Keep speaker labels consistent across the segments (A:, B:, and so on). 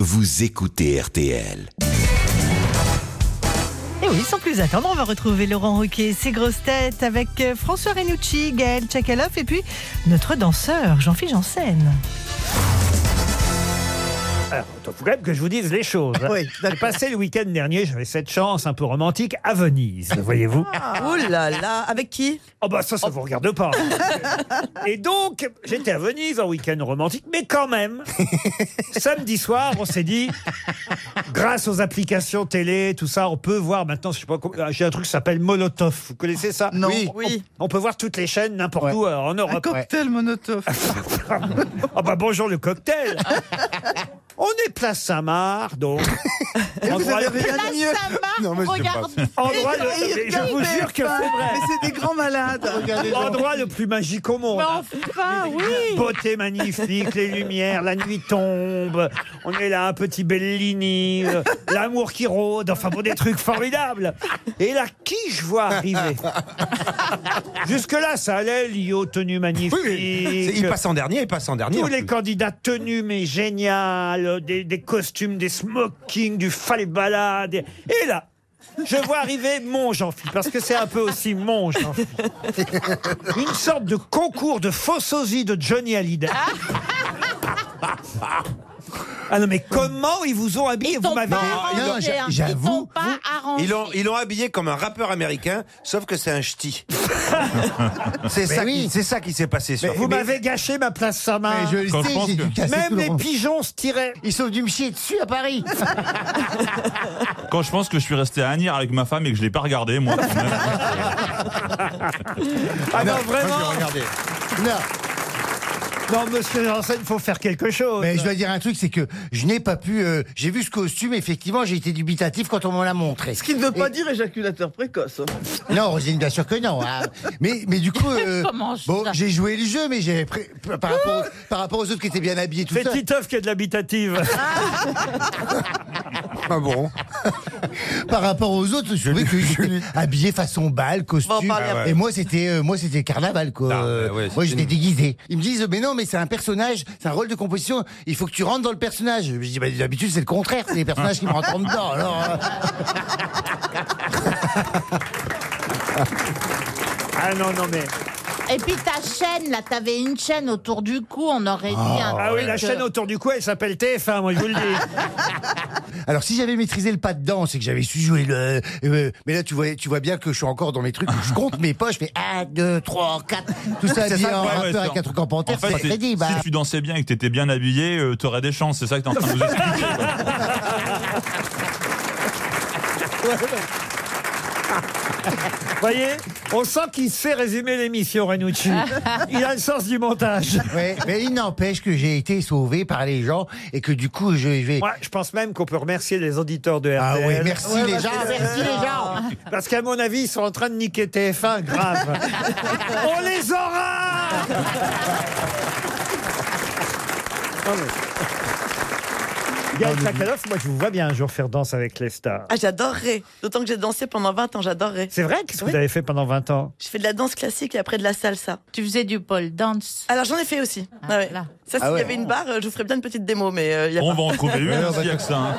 A: vous écoutez RTL.
B: Et oui, sans plus attendre, on va retrouver Laurent Ruquier, ses grosses têtes avec euh, François Renucci, Gaël Tchakalov et puis notre danseur Jean-Philippe Janssen.
C: Alors, il faut quand même que je vous dise les choses. hein.
B: Oui,
C: J'ai passé le week-end dernier, j'avais cette chance un peu romantique à Venise, voyez-vous.
D: Ouh Ah. Oh là là, avec qui
C: Oh bah ça, ça vous regarde pas. hein. Et donc, j'étais à Venise en week-end romantique, mais quand même, samedi soir, on s'est dit, grâce aux applications télé, tout ça, on peut voir maintenant, je sais pas, comment- ah, j'ai un truc qui s'appelle Molotov, vous connaissez ça
D: Non.
C: Ah, Oui.
D: Oui.
C: On, on peut voir toutes les chaînes n'importe où euh, en Europe.
D: Cocktail monotone.
C: Ah bah bonjour le cocktail On est place Saint-Marc, donc. Endroit-
E: Non, mais regarde.
C: Endroit le- mais je vous jure que c'est vrai.
D: c'est des grands malades.
C: Endroit le plus magique au monde.
B: enfin, oui
C: Beauté magnifique, les lumières, la nuit tombe. On est là, un petit Bellini, euh, l'amour qui rôde. Enfin bon, des trucs formidables. Et là, qui je vois arriver Jusque-là, ça allait, Lio, tenue magnifique.
E: Oui, oui. C'est- Il passe en dernier, il passe en dernier.
C: Tous
E: en
C: les
E: plus.
C: candidats tenus, mais génial, des, des costumes, des smokings, du falais balade. Et là, je vois arriver mon Jean-Philippe, parce que c'est un peu aussi mon Jean-Philippe. Une sorte de concours de faux sosie de Johnny Hallyday. Ah non, mais comment ils vous ont habillé Vous m'avez.
E: Non, non, j'a-
F: J'avoue.
E: j'avoue. Ils l'ont, ils l'ont habillé comme un rappeur américain, sauf que c'est un ch'ti. c'est, ça qui, c'est ça qui s'est passé sur
C: Vous m'avez gâché ma place sa main.
F: Mais Ah. je le
G: Quand je
F: sais,
G: pense
F: j'ai
G: que-
F: dû casser tout
C: Même
F: le
C: les
F: rang.
C: pigeons se tiraient.
F: Ils sont dû me chier dessus à Paris. Ah
G: Quand je pense que je suis resté à Agnières avec ma femme et que je l'ai pas regardé, moi. quand même.
C: Ah non,
E: Moi, je
C: vraiment
E: l'ai regardé.
F: non,
C: Non, monsieur Janssen, faut faire quelque chose.
F: mais je dois dire un truc, c'est que je n'ai pas pu. euh, j'ai vu ce costume, effectivement, j'ai été dubitatif quand on me l'a montré.
D: Ce qui ne veut pas dire éjaculateur précoce.
F: Non, Roselyne, bien sûr que non. hein. Mais, mais du coup, euh, bon, j'ai joué le jeu, mais j'ai pré- par, rapport, aux- par rapport aux autres qui étaient bien habillés, tout
C: C'est
F: ça.
C: Titoff qui a de l'habitative.
E: Ah bon
F: Par rapport aux autres, je trouvais que j'étais habillé façon bal, costume.
D: On va en parler
F: Ah ouais.
E: après.
F: Et moi, c'était, euh, moi, c'était carnaval, quoi.
E: Ah,
F: Euh,
E: ouais, ouais,
F: moi,
E: c'était
F: j'étais
E: une-
F: déguisé. Ils me disent, mais non, mais c'est un personnage, c'est un rôle de composition. Il faut que tu rentres dans le personnage. Je dis, bah, d'habitude, c'est le contraire. C'est les personnages qui me rentrent dedans. Alors, euh,
C: Ah non, non, mais.
H: Et puis ta chaîne, là, t'avais une chaîne autour du cou, on aurait dit un
C: Ah oui, la
H: truc,
C: chaîne
H: euh,
C: autour du cou, elle s'appelle TF1, moi je vous le dis.
F: alors, si j'avais maîtrisé le pas de danse et que j'avais su jouer le, euh, mais là, tu vois, tu vois bien que je suis encore dans mes trucs. Je compte mes poches, je fais 1, 2, 3, 4. Tout ça,
E: C'est
F: habillé
E: ça,
F: en
E: ouais,
F: rappeur
G: ouais,
F: avec un
G: c'est-
F: truc en panthère.
G: En fait,
F: c'est
G: c'est-
F: crédible, hein.
G: si tu dansais bien et que t'étais bien habillé, euh, t'aurais des chances. C'est ça que t'es en train de nous expliquer.
C: Vous voyez On sent qu'il sait résumer l'émission, Renucci.
I: Ah.
C: Il a le sens du montage.
F: Ouais, mais il n'empêche que j'ai été sauvé par les gens et que du coup, je vais.
C: Moi, Ah, je pense même qu'on peut remercier les auditeurs de RTL.
F: Ah oui, merci les gens, merci les gens.
C: Parce qu'à mon avis, ils sont en train de niquer TF1, grave. On les aura
F: Ah
C: Non, mais- Gaël Tchakaloff, moi je vous vois bien un jour faire danse avec les stars.
D: Ah, j'adorerais. D'autant que j'ai dansé pendant 20 ans, j'adorerais.
C: C'est vrai Qu'est-ce que
D: Oui.
C: vous avez fait pendant 20 ans
D: Je fais de la danse classique et après de la salsa.
H: Tu faisais du pole dance.
D: Alors j'en ai fait aussi. Ah ouais.
H: voilà.
D: Ça, s'il
F: Ah ouais.
D: y avait une barre, euh, je vous ferais bien une petite démo, mais euh, il y a
G: On
D: pas.
G: va en trouver une aussi avec ça. hein.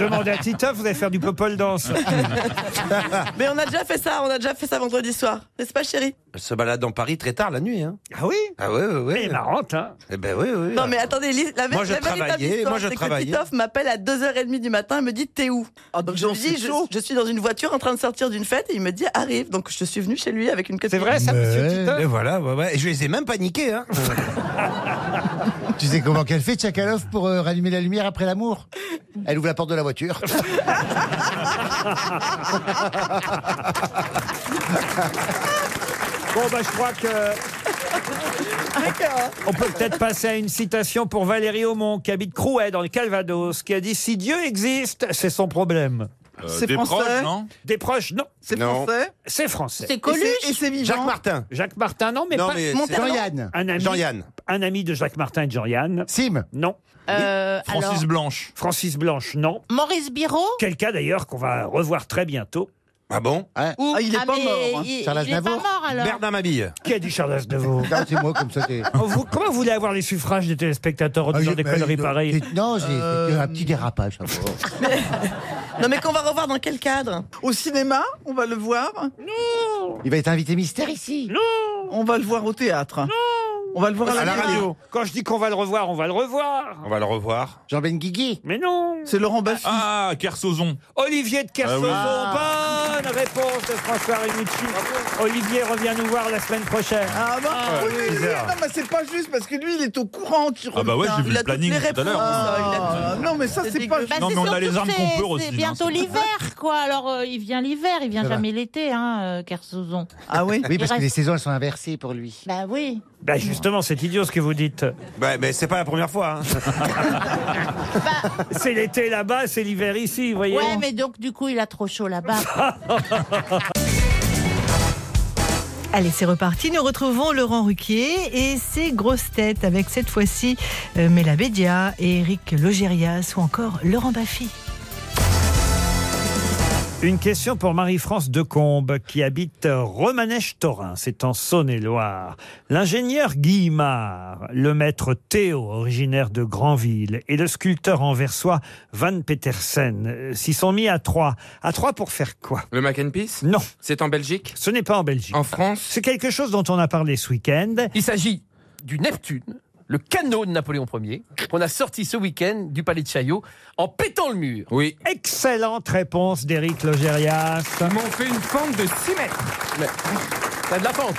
C: Demandez à Titoff, vous allez faire du popol dance.
D: Mais on a déjà fait ça, on a déjà fait ça vendredi soir. N'est-ce pas, chérie
E: Elle se balade dans Paris très tard la nuit. Hein.
C: Ah oui
E: Ah ouais, ouais,
C: Elle est
E: ouais.
C: marrante, hein
E: Eh ben oui, oui.
D: Non, mais attendez, Lise, la,
E: Moi, je
D: la véritable
E: travaillais,
D: histoire,
E: moi, je
D: c'est que
E: travaillais.
D: Titoff m'appelle à 2h30 du matin et me dit T'es où Donc je lui dis je, je suis dans une voiture en train de sortir d'une fête et il me dit Arrive. Donc je suis venue chez lui avec une
C: C'est
D: copine.
C: vrai ça, monsieur
F: Mais-
C: Titoff
E: Et voilà, ouais, ouais. Et je les ai même paniqués. Hein.
F: Tu sais comment qu'elle fait, Tchakalov, pour euh, rallumer la lumière après l'amour Elle ouvre la porte de la voiture.
C: Bon, bah, je crois que. On peut peut-être passer à une citation pour Valérie Aumont, qui habite Crouet, dans le Calvados, qui a dit Si Dieu existe, c'est son problème.
G: Euh,
D: C'est
G: des
D: français.
G: proches, non
C: Des proches, non,
D: C'est
E: Non.
D: français.
C: c'est français.
H: C'est Coluche.
D: Et c'est- Et c'est vivant.
E: Jacques Martin.
C: Jacques Martin, non, mais
E: non,
C: pas.
E: mais
D: Mon
E: c'est-
D: talent.
F: Jean-Yann,
C: Un ami,
E: Jean-Yann.
C: un ami de Jacques Martin et de Jean-Yann.
F: Sim,
C: Non.
H: Euh,
G: Francis
H: alors,
G: Blanche.
C: Francis Blanche, non.
H: Maurice Biro
C: Quelqu'un d'ailleurs qu'on va revoir très bientôt.
E: Ah bon
F: Ouais.
E: Où
D: Ah, il est
H: Ah,
D: pas
H: mais
D: mort. hein.
H: Il, il
F: Charles
H: est pas
F: Aznavour
H: mort alors.
E: Bernard Mabille.
C: Qui a dit Charles Aznavour
F: Non, Oh, c'est moi comme ça. t'es-
C: Oh, vous- Comment vous voulez avoir les suffrages des téléspectateurs en
F: Ah,
C: disant
F: j'ai-
C: des
F: bah,
C: conneries
F: non,
C: pareilles Euh, oh.
F: c'est- Non, j'ai c'est un petit dérapage. ça va.
D: Non, mais qu'on va revoir dans quel cadre Au cinéma, on va le voir.
F: Il va être invité mystère ici.
D: On va le voir au théâtre. On va le voir
E: À la radio.
C: Quand je dis qu'on va le revoir, on va le revoir.
E: On va le revoir.
F: Jean Ben Guigui.
C: Mais non
D: C'est Laurent Baffy.
G: Ah, Kersozon.
C: Olivier de
E: Ah
C: Kersauzon, bonne réponse de François Renucci. Olivier revient nous voir la semaine prochaine.
D: Ah, bah,
C: Euh,
D: oui, oui, oui,
E: bizarre.
D: non, mais c'est pas juste parce que lui, il est au courant. tu
G: Ah bah ouais,
D: reviens.
G: j'ai vu
D: Il
G: le
D: a toutes
G: planning
D: les
G: tout à l'heure.
D: réponses, il a tout. Non, mais ça,
H: C'est
D: c'est pas
H: dégueu. Bah,
G: Non,
H: c'est
G: mais on a
H: surtout
G: les armes
H: que
G: qu'on
H: c'est-
G: peut aussi,
H: C'est
G: hein,
H: bientôt l'hiver, quoi. Alors, euh, il vient l'hiver, il vient
F: Ça va.
H: jamais l'été, hein, euh, Kersouzon.
D: Ah oui
F: Oui, parce
H: reste-
F: que les saisons, elles sont inversées pour lui.
H: Bah oui.
C: Bah justement, c'est idiot ce que vous dites.
E: Ouais, mais c'est pas la première fois. hein.
C: C'est l'été là-bas, c'est l'hiver ici, vous voyez.
H: Ouais, mais donc, du coup, il a trop chaud là-bas.
B: Allez, c'est reparti. Nous retrouvons Laurent Ruquier et ses grosses têtes avec cette fois-ci euh, Mela Bédia et Eric Logérias ou encore Laurent Baffy.
C: Une question pour Marie-France Decombe qui habite Romanèche-Torin, c'est en Saône-et-Loire. L'ingénieur Guillemard, le maître Théo, originaire de Granville, et le sculpteur anversois Van Petersen euh, s'y sont mis à trois. À trois pour faire quoi
J: Le Mac and Peace
C: Non,
J: C'est en Belgique
C: ce n'est pas en Belgique.
J: En France
C: C'est quelque chose dont on a parlé ce week-end.
K: Il s'agit du Neptune, le canot de Napoléon Ier, qu'on a sorti ce week-end du palais de Chaillot en pétant le mur.
J: Oui.
C: Excellente réponse d'Éric Logérias.
J: Ils m'ont fait une pente de 6 mètres mais,
K: T'as de la pente.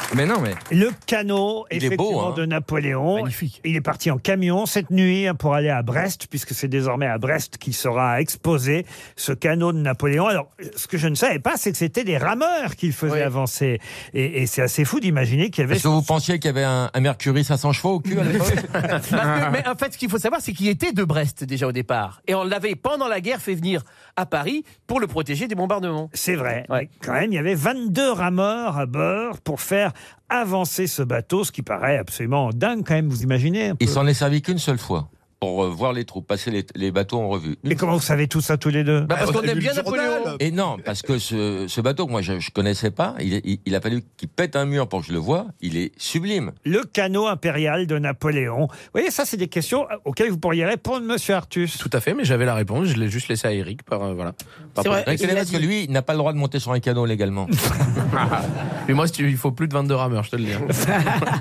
J: mais non, mais.
C: Le canot,
J: Il est
C: effectivement,
J: beau, hein.
C: de Napoléon.
K: Magnifique.
C: Il est parti en camion cette nuit hein, pour aller à Brest, puisque c'est désormais à Brest qu'il sera exposé, ce canot de Napoléon. Alors, ce que je ne savais pas, c'est que c'était des rameurs qu'il faisait
K: Oui.
C: avancer. Et, et c'est assez fou d'imaginer qu'il y avait...
J: Est-ce que vous pensiez qu'il y avait un, un Mercury 500 chevaux au cul à l'époque
K: Parce que- mais en fait, ce qu'il faut savoir, c'est qu'il était de Brest déjà au départ. Et on l'avait, pendant la guerre, fait venir à Paris pour le protéger des bombardements.
C: C'est vrai.
K: Ouais.
C: Mais quand même, il y avait 22 rameurs à bord pour faire avancer ce bateau, ce qui paraît absolument dingue quand même, vous imaginez hein, un peu.
J: Il s'en est servi qu'une seule fois pour euh, voir les troupes passer les, les bateaux en revue.
C: Mais comment vous savez tout ça tous les deux
J: Ah,
K: Bah, parce qu'on aime bien Napoléon.
J: Et non, parce que ce, ce bateau que moi je, ne connaissais pas, il, est- il- il a fallu qu'il pète un mur pour que je le voie. Il est sublime.
C: le canot impérial de Napoléon. Vous voyez, ça, c'est des questions euh, auxquelles vous pourriez répondre, monsieur Artus.
K: à fait, mais j'avais la réponse. Je l'ai juste laissé à Eric. Par, euh, voilà.
D: C'est vrai.
J: Rien que
D: il
J: les
D: l'a
J: mecs, que
D: dit.
J: lui, il n'a pas le droit de monter sur un canot légalement.
K: Mais moi, il faut plus de 22 rameurs, je te le dis. hein.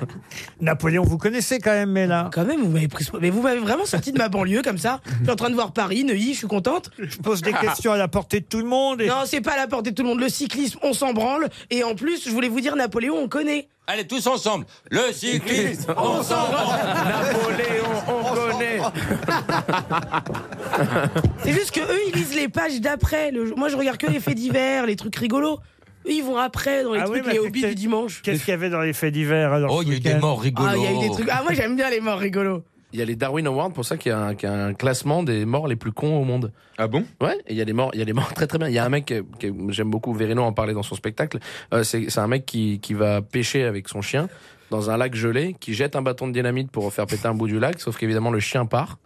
C: Napoléon, vous connaissez quand même, mais là.
L: Quand même, vous m'avez pris. Mais vous m'avez vraiment sorti de ma banlieue comme ça. Je suis en train de voir Paris, Neuilly, je suis contente.
C: Je pose des questions à la portée de tout le monde. Et...
L: Non, c'est pas à la portée de tout le monde. Le cyclisme, on s'en branle. Et en plus, je voulais vous dire, Napoléon, on connaît.
J: Allez, tous ensemble. Le cycliste, on s'en
K: Napoléon, on connaît.
L: C'est juste que eux, ils lisent les pages d'après. Le... Moi, je regarde que les faits divers, les trucs rigolos. Eux, ils vont après dans les
C: Ah oui,
L: trucs,
C: mais
L: les
C: c'est
L: hobbies
C: que-
L: du dimanche.
C: Qu'est-ce qu'il y avait dans les faits divers alors
J: Oh,
C: ce
J: il y a eu des
C: week-end
J: morts rigolos.
L: Ah, il y a eu des trucs. Ah, moi, j'aime bien les morts rigolos.
K: Il y a les Darwin Awards, pour ça qu'il y, a un- qu'il y a un classement des morts les plus cons au monde.
J: Ah bon
K: Ouais, et il y a des morts, il y a des morts très très bien. Il y a un mec que, que j'aime beaucoup, Verino en parlait dans son spectacle. Euh, c'est c'est un mec qui, qui va pêcher avec son chien dans un lac gelé, qui jette un bâton de dynamite pour faire péter un bout du lac, sauf qu'évidemment le chien part.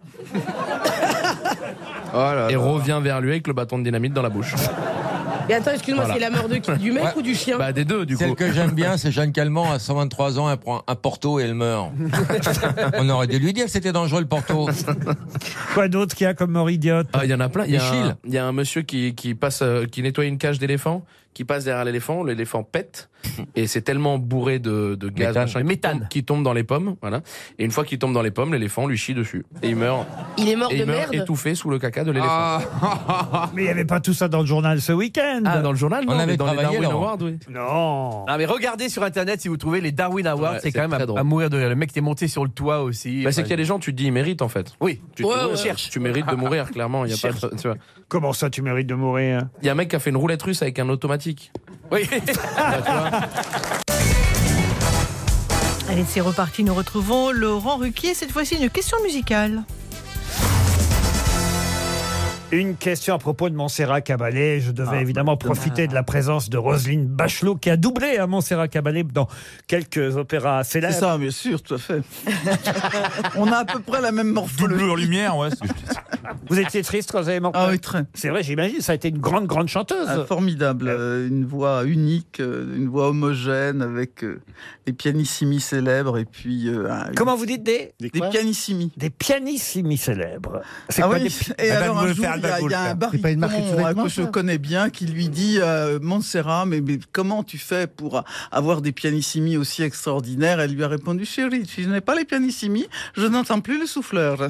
J: Oh
K: et revient vers lui avec le bâton de dynamite dans la bouche.
L: Et attends, excuse-moi,
K: Voilà.
L: c'est la mort de qui Du mec
J: Ouais.
L: ou du chien
K: Bah des deux du
J: Celle
K: coup.
J: que j'aime bien, c'est Jeanne Calment, à 123 ans, elle prend un porto et elle meurt. On aurait dû lui dire que c'était dangereux le porto.
C: Quoi d'autre qu'il y a comme mort idiote
K: Ah, il y en a plein. Il y, a
J: Les Chiles.
K: un- il y a un monsieur qui, qui passe, euh, qui nettoie une cage d'éléphant, qui passe derrière l'éléphant, l'éléphant pète, et c'est tellement bourré de, de gaz,
J: Méthane.
K: machin, qui tombe- qui tombe dans les pommes, voilà. Et une fois qu'il tombe dans les pommes, l'éléphant lui chie dessus. Et il meurt,
L: Il est mort
K: et
L: de
K: il meurt
L: merde.
K: étouffé sous le caca de l'éléphant. Ah,
C: Mais il n'y avait pas tout ça dans le journal ce week-end.
K: Ah, dans le journal, non,
J: On
K: mais
J: avait
K: dans les
J: travaillé,
K: Darwin
J: Laurent.
K: Awards, oui.
C: Non.
K: Ah mais regardez sur internet si vous trouvez les Darwin Awards, c'est quand même à, mourir de Le mec qui est monté sur le toit aussi. c'est qu'il y a des gens, tu te dis, ils méritent en fait. Oui, tu,
L: Ouais,
K: te-
L: ouais.
K: cherches. tu mérites de mourir, clairement. Il y a pas de- tu vois.
C: Comment ça, tu mérites de mourir
K: Il y a un mec qui a fait une roulette russe avec un automatique. Oui.
B: Allez, c'est reparti. Nous retrouvons Laurent Ruquier. Cette fois-ci, une question musicale.
C: Une question à propos de Montserrat Caballé. Je devais évidemment profiter de la présence de Roselyne Bachelot qui a doublé à Montserrat Caballé dans quelques opéras célèbres.
M: C'est ça, bien sûr, tout à fait. On a à peu près la même morphologie.
C: Doublure lumière, ouais. Vous étiez triste quand vous avez manqué Ah oui, très. C'est vrai, j'imagine, ça a été une grande, grande chanteuse.
M: Ah, formidable, euh, une voix unique, euh, une voix homogène avec euh, des pianissimi célèbres et puis. euh, un-
C: Comment vous dites des
M: Des, pianissimi.
C: Des pianissimi célèbres. C'est
M: Ah
C: pas
M: oui.
C: des pi-
M: Et
C: Madame
M: alors un
C: Wolfer,
M: jour, il y
C: Albert
M: a, il y a
C: Wolfer.
M: un baryton euh, que je connais bien qui lui dit euh, Montserrat, mais, mais comment tu fais pour avoir des pianissimi aussi extraordinaires Elle lui a répondu Chérie, si je n'ai pas les pianissimi, je n'entends plus le souffleur.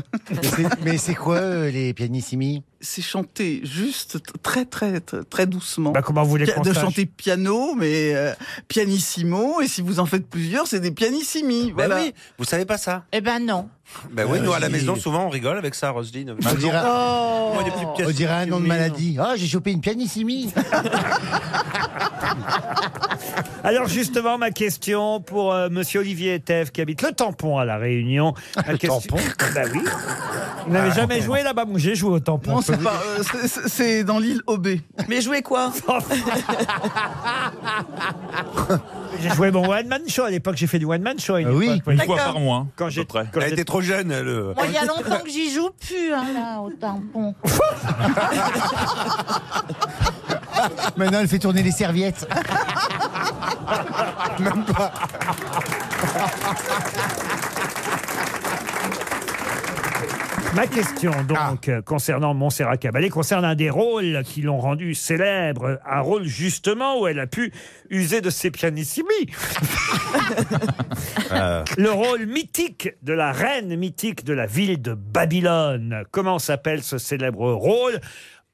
F: Mais c'est quoi euh, les pianissimi
M: C'est chanté juste t- très très très, très doucement.
C: Bah, comment vous voulez
M: Pia-
C: qu'on
M: De
C: sache
M: chanter piano, mais euh, pianissimo. Et si vous en faites plusieurs, c'est des pianissimi.
E: Ben
M: voilà.
E: oui, vous savez pas ça
H: Eh ben non.
E: Ben oui,
M: Euh,
E: nous à la
M: si.
E: maison, souvent on rigole avec ça, Roselyne.
G: Bah
C: Oh,
F: On dirait-
E: Moi, des petites pièces
F: On dirait un nom de
E: mais non.
F: maladie. Ah, j'ai chopé une pianissimi.
C: Alors justement, ma question pour euh, Monsieur Olivier Etef qui habite le tampon à La Réunion. le tampon Bah oui. Vous n'avez
M: Ah,
C: jamais
M: non.
C: joué là-bas Moi, J'ai joué au tampon.
M: Non,
C: je peux
M: c'est
C: vous
M: pas.
C: dire.
M: euh, c'est- c'est- c'est dans l'île OB.
D: Mais jouez quoi
C: J'ai joué mon one-man show à l'époque. J'ai fait du one-man show à une
E: Ah oui,
C: époque,
E: une fois par hein.
G: mois, hein,
C: Quand j'ai quand
E: Elle euh.
C: j'ai-
E: était trop jeune, le.
H: Moi, il y a longtemps que j'y joue plus, hein, là, au tampon.
F: Maintenant, elle fait tourner les serviettes.
E: Même pas.
C: Ma question, donc,
E: Ah.
C: euh, concernant Montserrat Caballé, concerne un des rôles qui l'ont rendu célèbre. Un rôle, justement, où elle a pu user de ses pianissimi.
E: Euh.
C: Le rôle mythique de la reine mythique de la ville de Babylone. Comment s'appelle ce célèbre rôle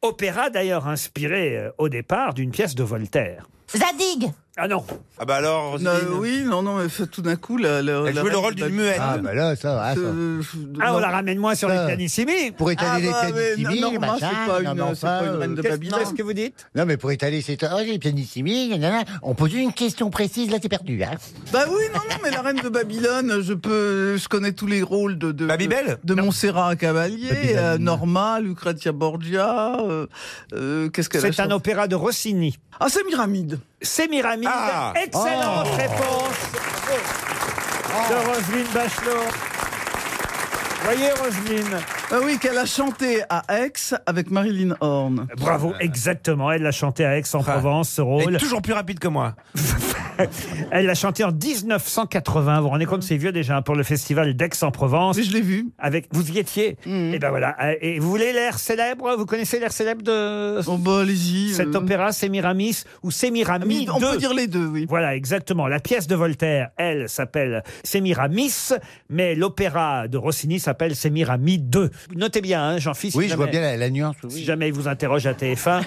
C: Opéra, d'ailleurs, inspiré euh, au départ d'une pièce de Voltaire.
H: Zadig
C: Ah non
E: Ah bah alors,
M: Non, oui, non, non, mais fait, tout d'un coup, la, la,
E: Elle
M: la
E: jouait le
M: reine
E: rôle
M: de
E: d'une
M: Babylone-
E: muette.
F: Ah, bah là, ça va. ça.
M: Euh,
C: Ah, on
M: non.
C: la ramène moins sur les
F: Ça.
C: pianissimi
F: Pour étaler
M: Ah, bah,
F: les pianissimi,
M: mais Norma,
F: machin,
M: c'est pas une-
F: non, mais
M: c'est pas
F: enfin,
M: une reine de
F: euh,
M: Babylone.
C: Qu'est-ce que vous dites
F: Non, mais pour étaler, c'est. Oh, j'ai les pianissimi, nanana. On pose une question précise, là, t'es perdu. Hein.
M: Bah oui, non, non, mais la reine de Babylone, je peux, je connais tous les rôles de de, de, de Montserrat Cavalier, euh, Norma, Lucrezia Borgia. euh, euh, Qu'est-ce qu'elle a
C: C'est un
M: chanté
C: opéra de Rossini.
M: Ah, c'est Myramide.
C: C'est Myramide.
M: Ah.
C: Excellente
M: Oh.
C: réponse de Roselyne Bachelot. Voyez, Roselyne.
M: Ah oui, qu'elle a chanté à Aix avec Marilyn Horn.
C: Bravo, exactement. Elle l'a chanté à Aix-en-Provence, ce rôle.
E: Elle est toujours plus rapide que moi.
C: Elle l'a chanté en 1980. Vous vous rendez compte, c'est vieux déjà hein, pour le festival d'Aix-en-Provence.
M: je l'ai vu.
C: Avec vous y étiez.
M: Mm.
C: Et ben voilà. Et vous voulez l'air célèbre Vous connaissez l'air célèbre de
M: Oh bah allez-y. euh.
C: cet opéra Sémiramis ou Sémiramis
M: Ah On peut dire les deux, oui.
C: Voilà, exactement. La pièce de Voltaire, elle, s'appelle Sémiramis, mais l'opéra de Rossini s'appelle Sémiramis 2. Notez bien, hein, Jean-Fils.
F: Oui,
C: si
F: je vois
C: jamais-
F: bien la, la nuance. oui.
C: Si jamais il vous interroge à TF1,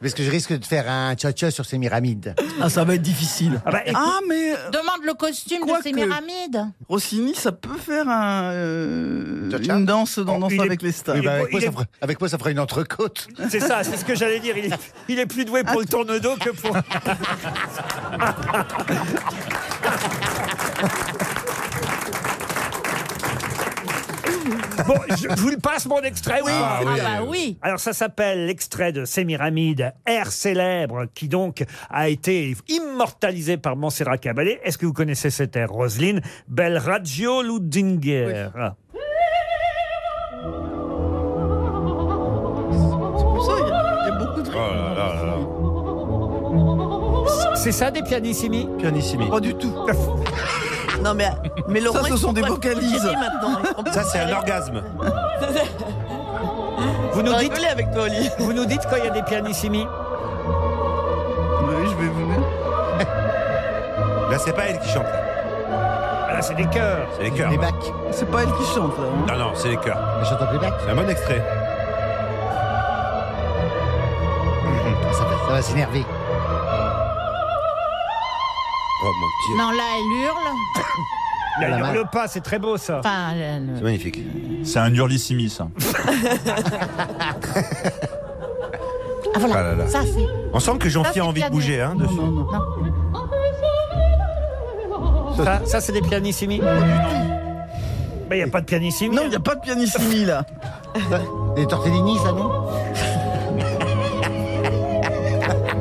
F: Parce que je risque de faire un tcha-tcha sur ces pyramides.
M: Ah, ça va être difficile.
C: Ah, bah, écoute-
M: Ah, mais
H: Demande le costume de
M: Quoique.
H: ces pyramides.
M: Rossini, ça peut faire un, euh, une danse dans Danse
F: il est-
M: avec les stars.
F: Oui,
E: Eh ben,
F: bah,
C: Oh, Il
F: avec,
C: est-
F: moi,
C: il est-
F: ça fera- avec moi, ça fera une entrecôte.
C: c'est ça, c'est ce que j'allais dire. Il est, il est plus doué pour le tourne-dos que pour. Bon, je vous le passe mon extrait, oui.
H: Ah, bah oui.
C: Alors ça s'appelle l'extrait de Sémiramide, air célèbre, qui donc a été immortalisé par Montserrat Caballé. Est-ce que vous connaissez cet air, Roselyne Bel Radio Ludinger.
M: C'est pour ça, il y a- il y, a beaucoup
D: Oh
M: de rythme.
C: C'est ça des pianissimi Ah.
E: Pianissimi.
M: Pas du tout.
D: Non, mais, mais Laurent,
M: Ça, ce
D: ils
M: sont des
D: comprennent
M: vocalises.
D: pas ce que tu dis maintenant. Ils comprennent
E: Ça, c'est un
D: pas.
E: orgasme.
C: Vous nous
D: On va
C: dites,
D: rigoler avec toi, Oli.
C: vous nous dites quand il y a des pianissimi
M: Oui, je vais vous mettre.
E: Là, c'est pas elle qui chante. là.
C: Ah Là, c'est des chœurs.
E: C'est les chœurs.
F: Les
E: là.
F: bacs.
M: C'est pas elle qui chante, là. hein.
E: Non, non, c'est les chœurs.
F: Elle chante en playback.
E: C'est un bon extrait.
F: Ah, Ça va, ça va s'énerver.
E: Oh mon dieu.
H: Non, là, elle hurle.
C: Ah, Il
F: la
C: le pas, c'est très beau ça.
H: Enfin, elle-
E: C'est magnifique.
G: C'est un hurlissimi, ça.
H: Ah,
G: Oh
H: voilà.
E: Ah là là.
H: Ça, c'est.
E: On sent que
H: Ça,
E: Jean-Pierre
H: c'est
E: a envie de
H: piano.
E: bouger, hein,
M: Non,
E: dessus.
M: non, non.
C: Ça, ça, c'est des pianissimi Mais il n'y a pas de pianissimi.
M: Non, il n'y a pas de pianissimi, là.
F: Des tortellini, ça, non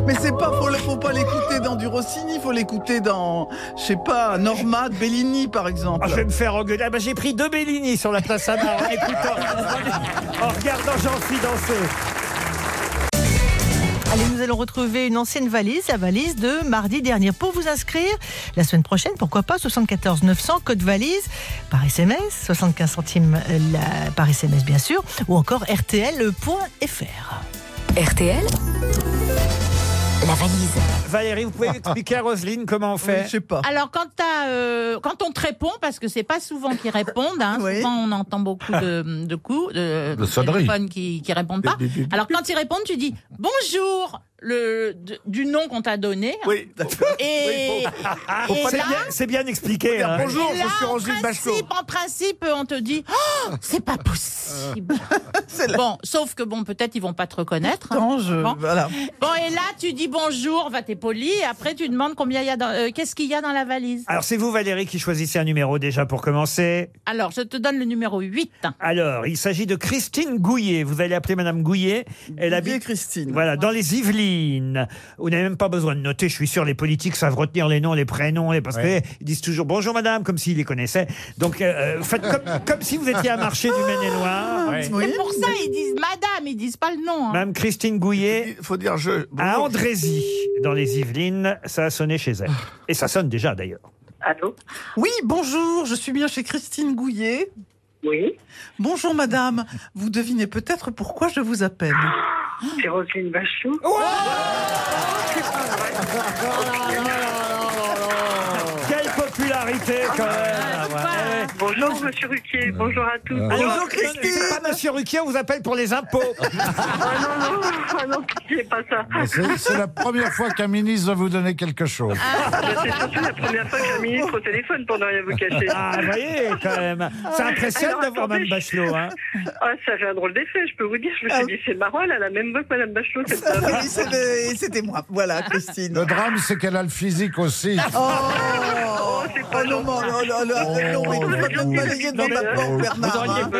M: Mais c'est pas, faut, faut pas l'écouter dans du Rossini, faut l'écouter dans, je sais pas, Norma de Bellini par exemple.
C: Ah, je vais me faire engueuler. Ah, bah, j'ai pris deux Bellini sur la place Amar en écoutant, en regardant Jean-Phi danser.
B: Allez, nous allons retrouver une ancienne valise, la valise de mardi dernier. Pour vous inscrire, la semaine prochaine, pourquoi pas, 74 900, code valise, par SMS, 75 centimes euh, la- par SMS bien sûr, ou encore rtl.fr.
C: RTL La valise. Valérie, vous pouvez expliquer à Roselyne comment on fait Je sais pas.
H: Alors, quand, t'as, euh, quand on te répond, parce que c'est pas souvent qu'ils répondent, hein, souvent on entend beaucoup de, de coups, de,
N: De sonneries.
H: téléphones qui, qui répondent pas.
N: Bip, bip, bip,
H: Alors, quand ils répondent, tu dis bonjour le, d- du nom qu'on t'a donné. Oui, Et, et
C: Ah, c'est,
H: là,
C: bien, c'est bien expliqué. hein.
H: et là, en principe, en principe, on te dit Oh, c'est pas possible. Bon, sauf que bon, peut-être ils vont pas te reconnaître. hein.
M: Attends, je-
H: Bon.
M: voilà.
H: Bon, et là, tu dis bonjour, va t'es poli, et après tu demandes combien il y a dans, euh, qu'est-ce qu'il y a dans la valise.
C: Alors, c'est vous, Valérie, qui choisissez un numéro déjà pour commencer.
H: Alors, je te donne le numéro 8.
C: Alors, il s'agit de Christine Gouillet. Vous allez appeler Madame Gouillet. Elle habite
M: Christine.
C: Voilà, dans les Yvelines. Vous n'avez même pas besoin de noter. Je suis sûr, les politiques savent retenir les noms, les prénoms, les parce
N: Ouais.
C: qu'ils disent toujours bonjour Madame, comme s'ils les connaissaient. Donc, euh, euh, faites comme, comme si vous étiez à marché du Maine-et-Loire.
H: C'est pour ça ils disent madame, ils disent pas le nom. hein.
C: Ah, Madame Christine Gouillet. Il faut dire je. À Andrézy, dans les Yvelines, ça a sonné chez elle. Et ça sonne déjà d'ailleurs.
M: Allô Oui, bonjour, je suis bien chez Christine Gouillet. Oui. Bonjour madame, vous devinez peut-être pourquoi je vous appelle. C'est Roselyne Bachelot.
C: Quelle popularité quand même
O: Bonjour Monsieur Ruquier, bonjour à tous.
C: Alors, C'est pas Monsieur Ruquier, on vous appelle pour les impôts.
O: Ah non, non, ah non, c'est pas ça.
N: Ah, C'est c'est la première fois qu'un ministre va vous donner quelque chose.
O: Bah, C'est surtout la première fois que j'ai un ministre au téléphone pour ne rien vous cacher.
C: Ah, vous voyez, quand même. Ça impressionne
O: Alors,
C: d'avoir
O: attendez,
C: Mme Bachelot. Hein.
O: Ah, ça fait un drôle d'effet, je peux vous dire. Je me suis dit, c'est marrant, elle a la même voix que Madame Bachelot, cette dame.
M: Ah Oui, c'est le- c'était moi. Voilà, Christine.
N: Le drame, c'est qu'elle a le physique aussi.
M: Oh,
O: Oh, c'est pas
M: non, non, non, non,
N: Oh,
M: non, non, mais tu vas me balayer devant ta porte, Bernard, hein.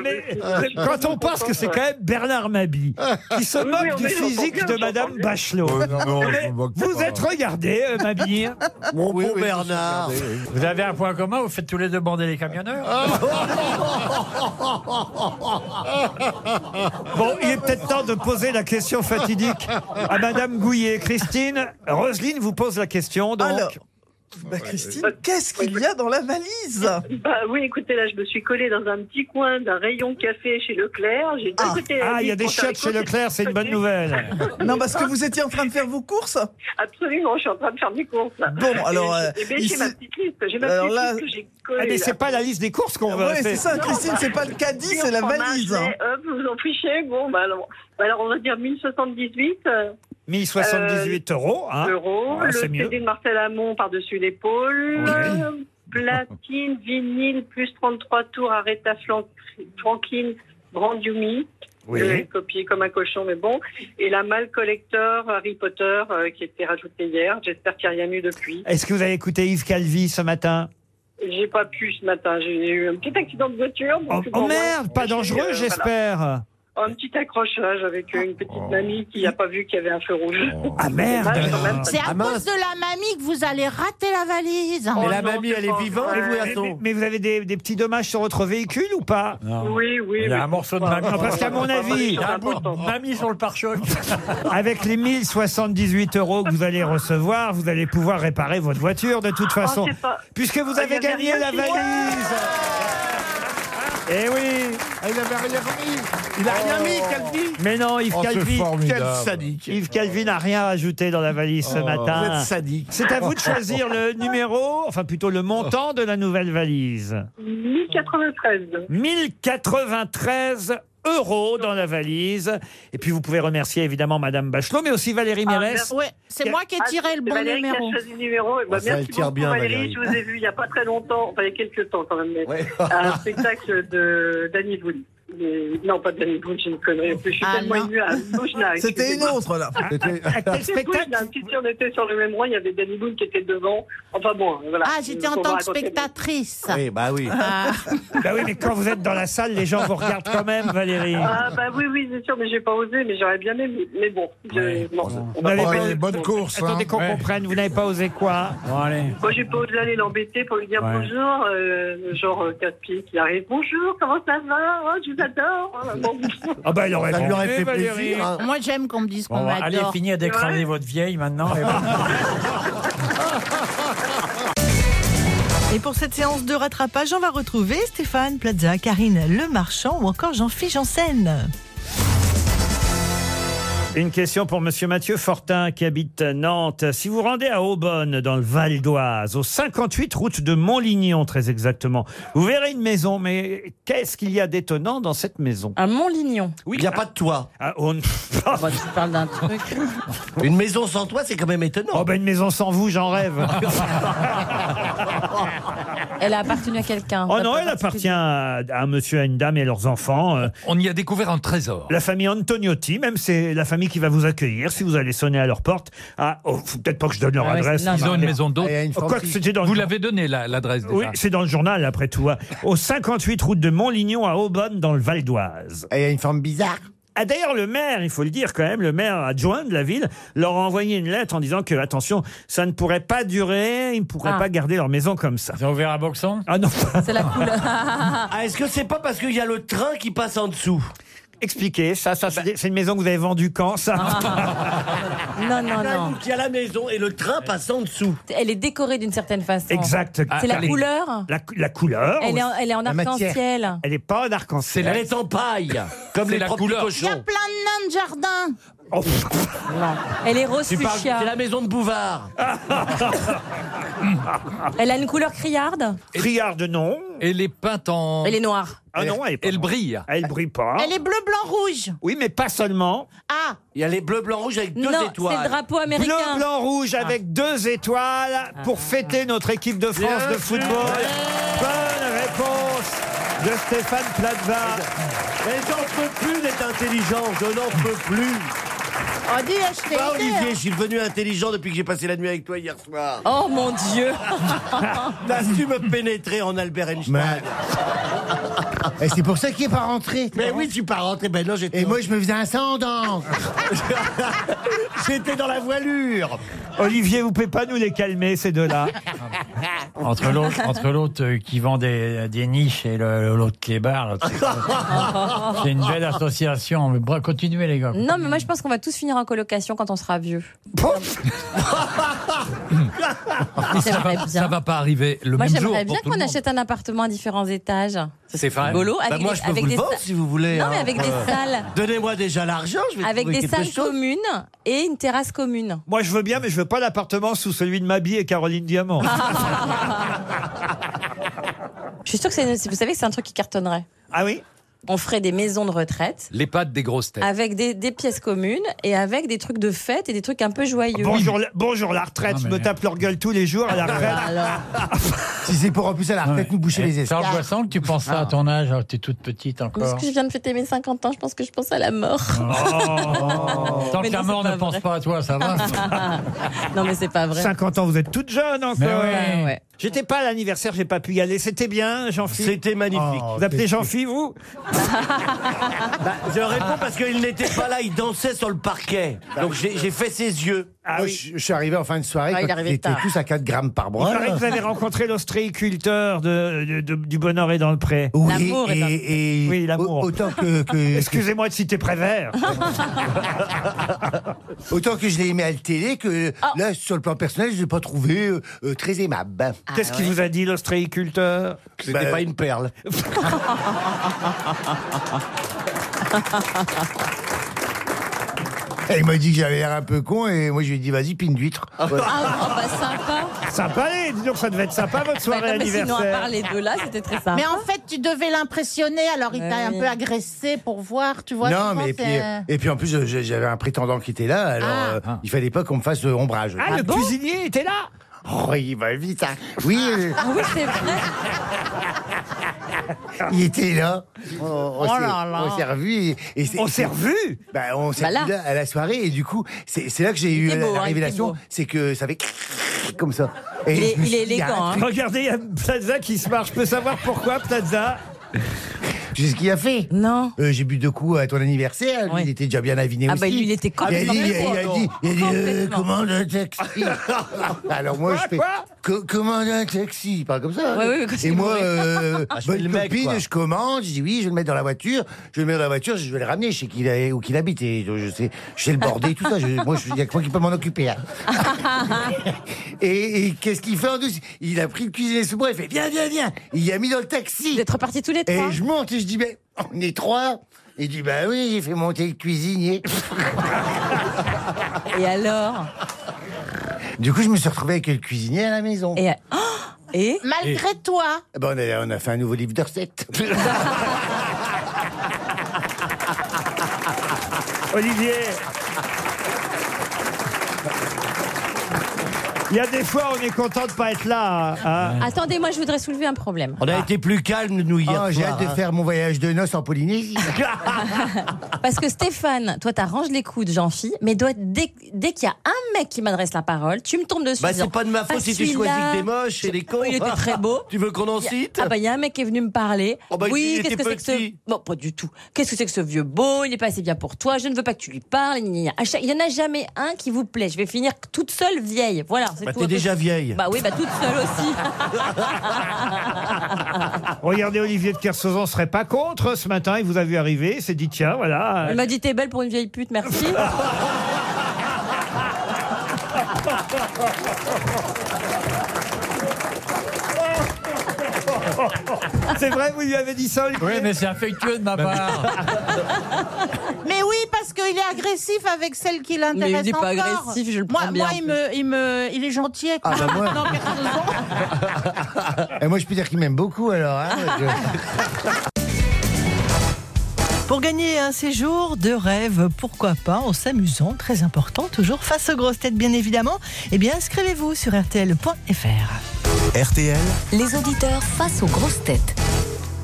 N: Euh,
C: Quand on pense que c'est quand même Bernard Mabi qui se
N: Oui, oui,
C: moque
N: on
C: du
N: est- j'entends
C: physique
N: bien,
C: de
N: j'entends
C: Madame
N: bien.
C: Bachelot.
N: Oh, non, non, je
C: Mais
N: me moque
C: vous
N: pas.
C: êtes regardé, euh, Mabi.
I: Mon
C: bon Bernard.
I: Vous avez un point commun, vous faites tous les deux bander les camionneurs.
C: Bon, il est peut-être temps de poser la question fatidique à Madame Gouillet. Christine, Roselyne vous pose la question. Donc.
M: Alors, bah, Christine, qu'est-ce qu'il y a dans la valise
O: Bah oui, écoutez, là, je me suis collée dans un petit coin d'un rayon café chez Leclerc. J'ai ah.
C: Ah, il y a des chiottes chez Leclerc, c'est une bonne nouvelle.
M: Non, parce que vous étiez en train de faire vos courses.
O: Absolument, je suis en train de faire mes courses. là.
M: Bon, alors,
O: Et j'ai-
M: euh,
O: eh ben, j'ai
M: ici-
O: ma petite liste. J'ai ma
M: Alors
O: petite
M: là-
O: liste que j'ai collée.
C: Ah, mais c'est
O: là.
C: pas la liste des courses qu'on veut.
M: Ouais, c'est ça, Christine, c'est pas le caddie,
O: Oui,
M: c'est la
O: on prend un
M: valise, hein.
O: gilet, Hop, euh, vous en fichez. Bon, bah alors, bah alors, on va dire 1078. euh,
C: 1078 euros, hein.
O: euros.
C: Ouais,
O: le
C: c'est mieux.
O: CD de Marcel Amont par-dessus l'épaule. euh, Platine, vinyle, plus 33 tours, Aretha Flan- Franklin, Brandiumi.
C: Oui.
O: Euh, copié comme un cochon, mais bon. Et la malle collector Harry Potter euh, qui a été rajoutée hier. J'espère qu'il n'y a rien eu depuis.
C: Est-ce que vous avez écouté Yves Calvi ce matin
O: J'ai pas pu ce matin. J'ai eu un petit accident de voiture.
C: Oh,
O: donc,
C: oh
O: bon,
C: merde,
O: voilà.
C: pas dangereux,
O: Euh,
C: j'espère.
O: voilà. Un petit accrochage avec euh, une petite mamie qui n'a pas vu qu'il y avait un feu rouge.
C: Ah merde
O: C'est dommage, quand même.
H: C'est à cause de la mamie que vous allez rater la valise. Oh,
O: Mais la mamie, elle est vivante,
C: Mais,
O: vous,
C: mais- mais- mais vous avez des, des petits dommages sur votre véhicule ou pas
O: Oui, oui.
I: Il y a un morceau de mamie.
C: Non, parce qu'à
N: Ah,
C: mon avis,
I: il y a un bout de mamie sur le pare-choc.
C: avec les 1078 euros que vous allez recevoir, vous allez pouvoir réparer votre voiture de toute façon.
N: Oh, Ah, c'est pas-
C: Puisque vous
N: Ah,
C: avez
N: il y avait
C: gagné
N: rien
C: la
N: chez moi.
C: valise Eh oui
N: Ah, Il avait rien mis.
C: Il a rien mis, Calvi Mais non, Yves
N: Oh, c'est
C: Calvi.
N: formidable. Quel sadique.
C: Yves Calvi n'a rien ajouté dans la valise ce
N: Oh,
C: matin.
N: vous êtes sadique.
C: C'est à vous de choisir le numéro, enfin plutôt le montant de la nouvelle valise.
O: 1093.
C: 1093 euros dans la valise. Et puis vous pouvez remercier évidemment Madame Bachelot, mais aussi Valérie Mérès.
H: Ah, bah Ouais, c'est moi qui ai
O: Ah,
H: tiré le
O: c'est
H: bon
O: Valérie qui a
H: numéro.
O: choisi le numéro. Eh ben,
M: Oh,
C: Ah, ça,
O: merci
C: elle tire
O: beaucoup,
C: bien,
O: Valérie.
C: Valérie.
O: Je vous ai vu il n'y a pas très longtemps, enfin il y a quelques temps quand même, mais, à un spectacle de Danny Boone. Euh, Non, pas Danny Boone, j'ai une connerie. En plus, je suis
M: Ah,
O: tellement
M: non.
O: émue à Ah, Boujna.
M: C'était une autre, là. C'était-
O: Quel spectacle Si on était sur le même rang, il y avait Danny Boone qui était devant. Enfin bon, voilà.
H: Ah, j'étais en
O: Faut
H: tant
O: pas
H: que
O: raconter.
H: spectatrice.
C: Oui, bah oui.
H: Ah.
C: Bah oui, mais quand vous êtes dans la salle, les gens vous regardent quand même, Valérie.
O: Ah, bah oui, oui, c'est sûr, mais j'ai pas osé, mais j'aurais bien aimé. Mais bon, je- non, on
C: Vous
O: va
C: n'avez
O: pas-
C: pas- Oh,
O: hein.
M: hein.
C: Attendez qu'on comprenne, vous n'avez pas osé quoi
O: Moi, j'ai pas osé aller l'embêter pour lui dire
C: Ouais.
O: bonjour, euh, genre euh, Casse-Pied qui arrive. Bonjour, comment ça va Oh, je vous adore. Oh, bon.
C: Ah bah il aurait
I: Ça lui aurait
C: manqué,
I: fait
C: Valérie.
I: plaisir, hein.
H: Moi, j'aime qu'on me dise qu'on
I: Bon,
H: m'adore.
I: allez finir d'écraser votre vieille maintenant. et voilà.
B: Et pour cette séance de rattrapage, on va retrouver Stéphane Plaza, Karine Le Marchand ou encore Jean-Philippe Janssen.
C: Une question pour Monsieur Mathieu Fortin qui habite Nantes. Si vous rendez à Aubonne, dans le Val d'Oise, au 58 route de Montlignon, très exactement, vous verrez une maison, mais qu'est-ce qu'il y a d'étonnant dans cette maison Ah,
P: À Montlignon.
C: Oui. Il n'y a pas de toit.
P: tu parles d'un truc.
C: Une maison sans toit, c'est quand même étonnant. Oh ben une maison sans vous, j'en rêve.
P: Elle a appartenu à quelqu'un.
C: Oh non, elle appartient à, à un monsieur, à une dame et à leurs enfants. On y a découvert un trésor. La famille Antoniotti, même c'est la famille qui va vous accueillir si vous allez sonner à leur porte. Ah, oh, faut peut-être pas que je donne leur
Q: Ah ouais,
C: adresse. Oh,
Q: c'est- non, Ils ont non. une maison d'hôte.
C: d'hôte.
Q: forme qui-
C: Vous l'avez donné l'adresse Oui, c'est dans le journal après tout. hein. Au 58 route de Montlignon à Aubonne dans le Val d'Oise.
F: Elle a une forme bizarre.
C: Ah, D'ailleurs, le maire, il faut le dire quand même, le maire adjoint de la ville leur a envoyé une lettre en disant que, attention, ça ne pourrait pas durer, ils ne pourraient
P: Ah.
C: pas garder leur maison comme ça. Ils ont ouvert un boxon Ah non
P: C'est la couleur.
R: Ah, est-ce que c'est pas parce qu'il y a le train qui passe en dessous
C: Expliquez, ça, ça c'est c'est une maison que vous avez vendue quand, ça
P: Non, non, non.
R: Il y a la maison et Ah. le train passe en dessous.
P: Elle est décorée d'une certaine façon.
C: Exact.
P: C'est la
R: Ah,
C: Karine.
P: couleur
C: la, cou- la couleur.
P: Elle est en- elle est en
C: La matière.
P: arc-en-ciel.
C: Elle n'est pas en arc-en-ciel.
R: C'est la- Elle est en paille, comme C'est les la propres couleur. cochons.
H: Il y a plein de nains de jardin.
C: Oh.
P: Elle est rose
R: Tu parles-
P: fuchsia.
R: C'est la maison de Bouvard.
P: Elle a une couleur criarde.
C: Criarde, non.
Q: Elle est peinte en.
P: Elle est noire.
C: Ah non, elle,
Q: brille.
C: Elle brille pas.
H: Elle est bleu, blanc, rouge.
C: Oui, mais pas seulement.
H: Ah,
R: Il y a les bleus, blancs, rouges avec deux
P: Non, c'est
R: étoiles. Ah.
P: le drapeau américain. Ah.
C: Bleu, blanc, rouge avec deux étoiles pour fêter notre équipe de France de football. Bonne réponse de Stéphane Plaza.
R: Mais j'en peux plus d'être intelligent, je n'en peux plus.
P: Oh,
H: On dit acheter.
R: Pas Olivier, je suis devenu intelligent depuis que j'ai passé la nuit avec toi hier soir.
P: hein. Oh mon Dieu
R: T'as su me pénétrer en Albert Einstein.
F: Et c'est pour ça qu'il est pas rentré.
R: Mais oui, tu pas rentré. Ben non, j'étais.
F: Et moi, je me faisais un sang dans.
R: J'étais dans la voilure.
C: Olivier, vous pouvez pas nous les calmer, ces deux-là
I: Entre l'autre, entre l'autre euh, qui vend des, des niches et le- l'autre qui est barre. l'autre, c'est- C'est une belle association. Mais bon, continuez les gars.
P: Non, mais moi je pense qu'on va tous finir en colocation quand on sera vieux.
Q: Et Ah, ça, va, ça va pas arriver le
P: moi
Q: même jour.
P: j'aimerais
Q: pour
P: bien
Q: tout le
P: qu'on
Q: monde.
P: achète un appartement à différents étages.
R: C'est vrai. Bah,
P: Rigolo, avec
R: moi,
P: des-
R: je peux
P: avec
R: vous
P: des
R: le vendre
P: salles-
R: si vous voulez.
P: Non,
R: hein.
P: mais avec des
R: Euh,
P: salles.
R: Donnez-moi déjà l'argent, je vais
P: Avec
R: trouver
P: des
R: quelque
P: salles
R: chose.
P: communes et une terrasse commune.
C: Moi, je veux bien, mais je veux pas l'appartement sous celui de Mabi et Caroline Diamant.
P: Je suis sûre que c'est, vous savez que c'est un truc qui cartonnerait.
C: Ah oui
P: On ferait des maisons de retraite
Q: Les pattes des grosses têtes.
P: avec des, des pièces communes et avec des trucs de fête et des trucs un peu joyeux.
C: Bonjour, la- bonjour la retraite, je me tape leur gueule tous les jours à la retraite.
F: si c'est pour en plus à la retraite nous boucher les
I: Eh, Charles
F: escarres.
I: Boisson, tu penses ça à ton âge alors que T'es toute petite
P: Parce
I: encore. Oh.
P: que je viens de fêter mes 50 ans, je pense que je pense à la mort.
I: Tant
P: Mais
I: que
P: non,
I: la
P: c'est
I: mort
P: pas
I: ne pense
P: vrai.
I: pas à toi, ça va.
P: non, mais c'est pas vrai.
C: 50 ans, vous êtes toute jeune encore.
I: Mais ouais. Ah, Ouais, ouais.
C: euh, J'étais pas à l'anniversaire, j'ai pas pu y aller. C'était bien, Jean-Philippe. Oh,
R: C'était magnifique.
C: vous appelez Jean-Philippe, vous
R: Bah, je réponds parce qu'il n'était pas là, il dansait sur le parquet. Donc j'ai j'ai fait ses yeux.
C: Ah
F: Moi, je, je suis arrivé en fin de soirée,
R: Ah, il est
F: quand
R: arrivé
F: ils étaient
R: tard.
F: tous à 4 grammes par
C: Il
F: bras.
C: paraît que vous avez rencontré l'ostréiculteur de, de- de- du Bonheur et dans le Pré.
F: Oui, et, et-
C: Oui, l'amour.
F: au- autant que, que-
C: Excusez-moi de citer Prévert.
F: autant que je l'ai aimé à la télé, que là, sur le plan personnel, je l'ai pas trouvé euh, euh, très aimable. Ben,
C: Qu'est-ce qu'il vous a dit, l'ostréiculteur
F: Que c'était pas une
R: perle.
H: Ah,
F: Et il m'a dit que j'avais l'air un peu con, et moi, je lui ai dit, vas-y, pine d'huître. Voilà.
P: Ah, oh, bah sympa.
C: Sympa, allez, dis donc, ça devait être sympa votre soirée
P: Bah, non, mais sinon, à part
C: anniversaire.
P: les deux là, c'était très sympa.
H: Mais en fait, tu devais l'impressionner, alors il
P: Ouais,
H: t'a un
P: oui.
H: peu agressé pour voir, tu vois.
F: non,
H: souvent,
F: mais puis,
H: c'est-
C: euh,
F: et puis en plus, je- j'avais un prétendant qui était là, alors
H: euh, Ah.
F: euh, il fallait pas qu'on me fasse euh, ombrage.
C: Ah, le cuisinier était là
H: Ah.
F: Oh, il va vite. hein. Oui, euh,
P: Ah oui, c'est vrai.
F: Il était là. On, on
H: Oh
F: s'est-
H: là là.
F: on s'est revu. Et,
C: on s'est revu
F: On s'est
H: Bah
F: revu
H: là.
F: là, à la soirée. Et du coup, c'est c'est là que j'ai
H: Il
F: eu
H: était
F: la,
H: beau,
F: la
H: hein, il était
F: révélation.
H: beau.
F: C'est que ça fait comme ça. Et
H: Il est-
F: je me
H: il
F: suis
H: est
F: dit, y a un
H: élégant, hein.
F: truc.
C: Regardez, il y a Plaza qui se marche. Je peux savoir pourquoi, Plaza
F: Tu sais ce qu'il a fait Euh,
P: Non.
F: j'ai bu deux coups à ton anniversaire. Lui, Il était déjà bien aviné
P: Ah
F: aussi.
P: bah, lui, il était
F: Il a dit, il a- il a
P: complètement
F: dit, il a dit, euh,
P: Complètement.
F: commande un taxi. Alors moi, je fais, co- commande un taxi. Il parle comme ça. hein.
P: Ouais, ouais, mais quand c'est
F: Et moi,
P: bourré.
F: euh,
P: Ah, je fais
F: bonne
P: le mec,
F: copine,
P: quoi.
F: je commande. Je dis oui, je vais le mettre dans la voiture. Je vais le mettre dans la voiture, je vais le ramener. Je sais qu'il a- où qu'il habite. Et je, je sais, je sais le border, tout ça. Je- moi, je- il n'y a que moi qui peux m'en occuper. hein. Et, et qu'est-ce qu'il fait en douce Il a pris le cuisinier sous bras, il fait Viens, viens, viens Il a mis dans le taxi Vous êtes
P: repartis tous les
F: trois Et je monte et je dis Mais on est trois Il dit Bah oui, j'ai fait monter le cuisinier.
P: Et alors
F: du coup, je me suis retrouvé avec le cuisinier à la maison.
P: Et, oh, et
H: Malgré toi.
F: Eh ben, on, a, on a fait un nouveau livre de recettes.
C: Olivier Il y a des fois, on est content de pas être là. hein.
P: Ah. Attendez, moi je voudrais soulever un problème. Ah.
F: On a
R: été plus calme, nous,
F: hier. Ah. Oh, j'ai
R: soir,
F: hâte de
R: hein.
F: faire mon voyage de noces en Polynésie.
P: Parce que Stéphane, toi t'arranges les coups de Jean-Phi, mais doit- dès, dès qu'il y a un mec qui m'adresse la parole, tu me tombes dessus.
R: Bah,
P: en disant,
R: c'est pas de ma faute
P: Ah,
R: si tu
P: celui-là, Oh,
R: choisis que des moches et des cons.
P: Il était très beau.
R: Tu veux qu'on en
P: Y a-
R: cite
P: Ah bah il y a un mec qui est venu me parler.
R: Oh bah, il
P: oui,
R: était
P: qu'est-ce que c'est que ce
R: petit.
P: Bon, pas du tout. Qu'est-ce que c'est que ce vieux beau Il n'est pas assez bien pour toi. Je ne veux pas que tu lui parles. gna, gna, gna. À chaque- Il n'y en a jamais un qui vous plaît. Je vais finir toute seule vieille. Voilà. c'est
R: Bah,
P: tout.
R: t'es déjà vieille.
P: Bah oui, bah toute seule aussi.
C: Regardez, Olivier de Kersauzon serait pas contre ce matin. Il vous a vu arriver. Il s'est dit, tiens, voilà.
P: Elle m'a dit t'es belle pour une vieille pute, merci.
C: C'est vrai, vous lui avez dit ça, Olivier Bah
I: Oui, mais c'est affectueux de ma part.
H: Mais oui, parce qu'il est agressif avec celle qui l'intéresse
P: Mais il est pas
H: encore.
P: agressif, je le
H: moi,
P: prends bien,
H: Moi,
P: en
H: il, me, il, me, il est gentil avec
F: Ah,
H: moi.
F: bah, moi.
H: maintenant, personne ne-
F: Et moi, je peux dire qu'il m'aime beaucoup, alors. hein. Je-
B: Pour gagner un séjour de rêve, pourquoi pas, en s'amusant, très important, toujours face aux grosses têtes bien évidemment, eh bien inscrivez-vous sur rtl.fr.
A: RTL,
P: Les auditeurs face aux grosses têtes.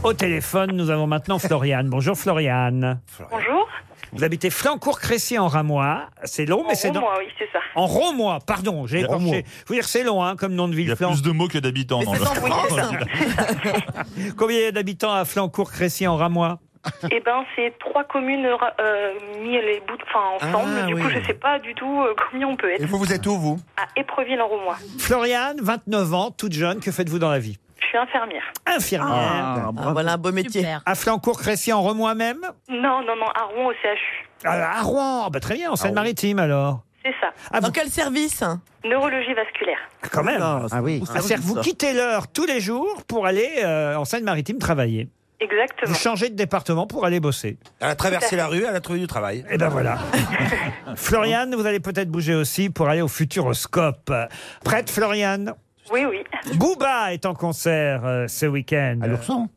C: Au téléphone, nous avons maintenant Floriane. Bonjour Floriane.
S: Bonjour.
C: Vous habitez Flancourt-Crécy en Ramois. C'est long, mais c'est dans...
S: Romois, oui, c'est ça.
C: En Romois, pardon, j'ai écorché. Je veux dire, c'est long hein, comme nom de ville. Il y a plus de mots que d'habitants.
S: dans c'est le- embrouillé, dans le ça.
C: Combien il y a d'habitants à Flancourt-Crécy en Ramois
S: Eh ben, c'est trois communes euh, mis les bouts, enfin, ensemble.
C: Ah,
S: du coup,
C: oui.
S: je sais pas du tout euh, combien on peut être.
C: vous êtes où, vous
S: À Épreville en Roumois.
C: Floriane, 29 ans, toute jeune, que faites-vous dans la vie
S: Je suis infirmière.
C: Infirmière.
D: Ah, voilà un beau métier.
C: À Flancourt-Crécy en Romois même
S: Non, non, non, à Rouen au CHU.
C: Ah, À Rouen, Ah bah, très bien, en Seine-Maritime alors.
S: C'est ça.
C: Ah, vous-
D: Quel service
S: Neurologie vasculaire.
C: Quand même.
D: Ah,
C: Ah oui.
D: beaucoup de services,
C: vous
D: ça.
C: quittez l'heure tous les jours pour aller euh, en Seine-Maritime travailler.
S: Exactement.
C: Vous changez de département pour aller bosser.
E: Elle a traversé la rue, elle a trouvé du travail.
C: Et ben voilà. Floriane, vous allez peut-être bouger aussi pour aller au Futuroscope. Prête, Floriane
S: Oui, oui.
C: Booba est en concert euh, ce week-end. À l'ourson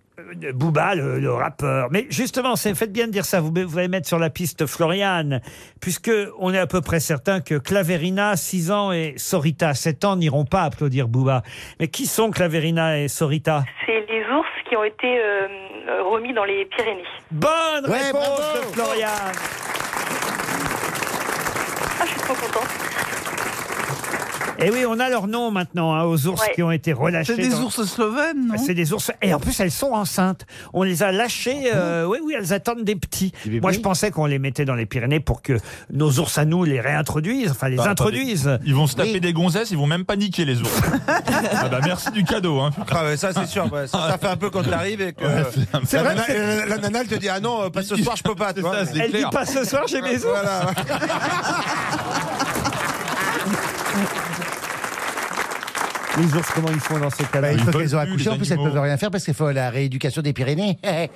C: Booba, le, le rappeur. Mais justement, c'est faites bien de dire ça. Vous, vous allez mettre sur la piste Floriane, puisque on est à peu près certain que Claverina, 6 ans, et Sorita, 7 ans, n'iront pas applaudir Booba. Mais qui sont Claverina et Sorita
S: C'est les ours qui ont été euh, euh, remis dans les Pyrénées.
C: Bonne
S: Ouais,
C: réponse
S: bravo
C: de Floriane.
S: Ah, je suis trop contente.
C: Et Eh oui, on a leur nom maintenant hein, aux ours
S: Ouais.
C: qui ont été relâchés.
M: C'est des
C: dans-
M: ours slovènes, non
C: C'est des ours. Et en plus, elles sont enceintes. On les a lâchées.
D: Ah
C: euh, oui, oui, elles attendent des petits. Moi, je pensais qu'on les mettait dans les Pyrénées pour que nos ours à nous les réintroduisent, enfin les
G: Bah,
C: introduisent.
G: attendez. Ils vont se taper des gonzesses, ils vont même paniquer les ours. ah bah merci du cadeau. Hein.
E: Ah ouais, ça c'est sûr, ouais. ça, ça fait un peu quand t'arrives et que euh,
G: C'est
E: la,
G: vrai
E: nana,
G: que c'est-
E: la- la nana, elle te dit ah non euh, pas ce soir je peux pas. tu vois.
G: ça, c'est Elle clair. dit, pas ce soir, j'ai mes ours.
E: Voilà.
C: Les ours, comment ils font dans ces cas-là
F: Bah, une
G: Ils
F: fois
G: veulent
F: qu'elles ont
G: plus,
F: accouché,
G: les
F: en plus, elles
G: animaux.
F: peuvent rien faire parce qu'il faut la rééducation des Pyrénées.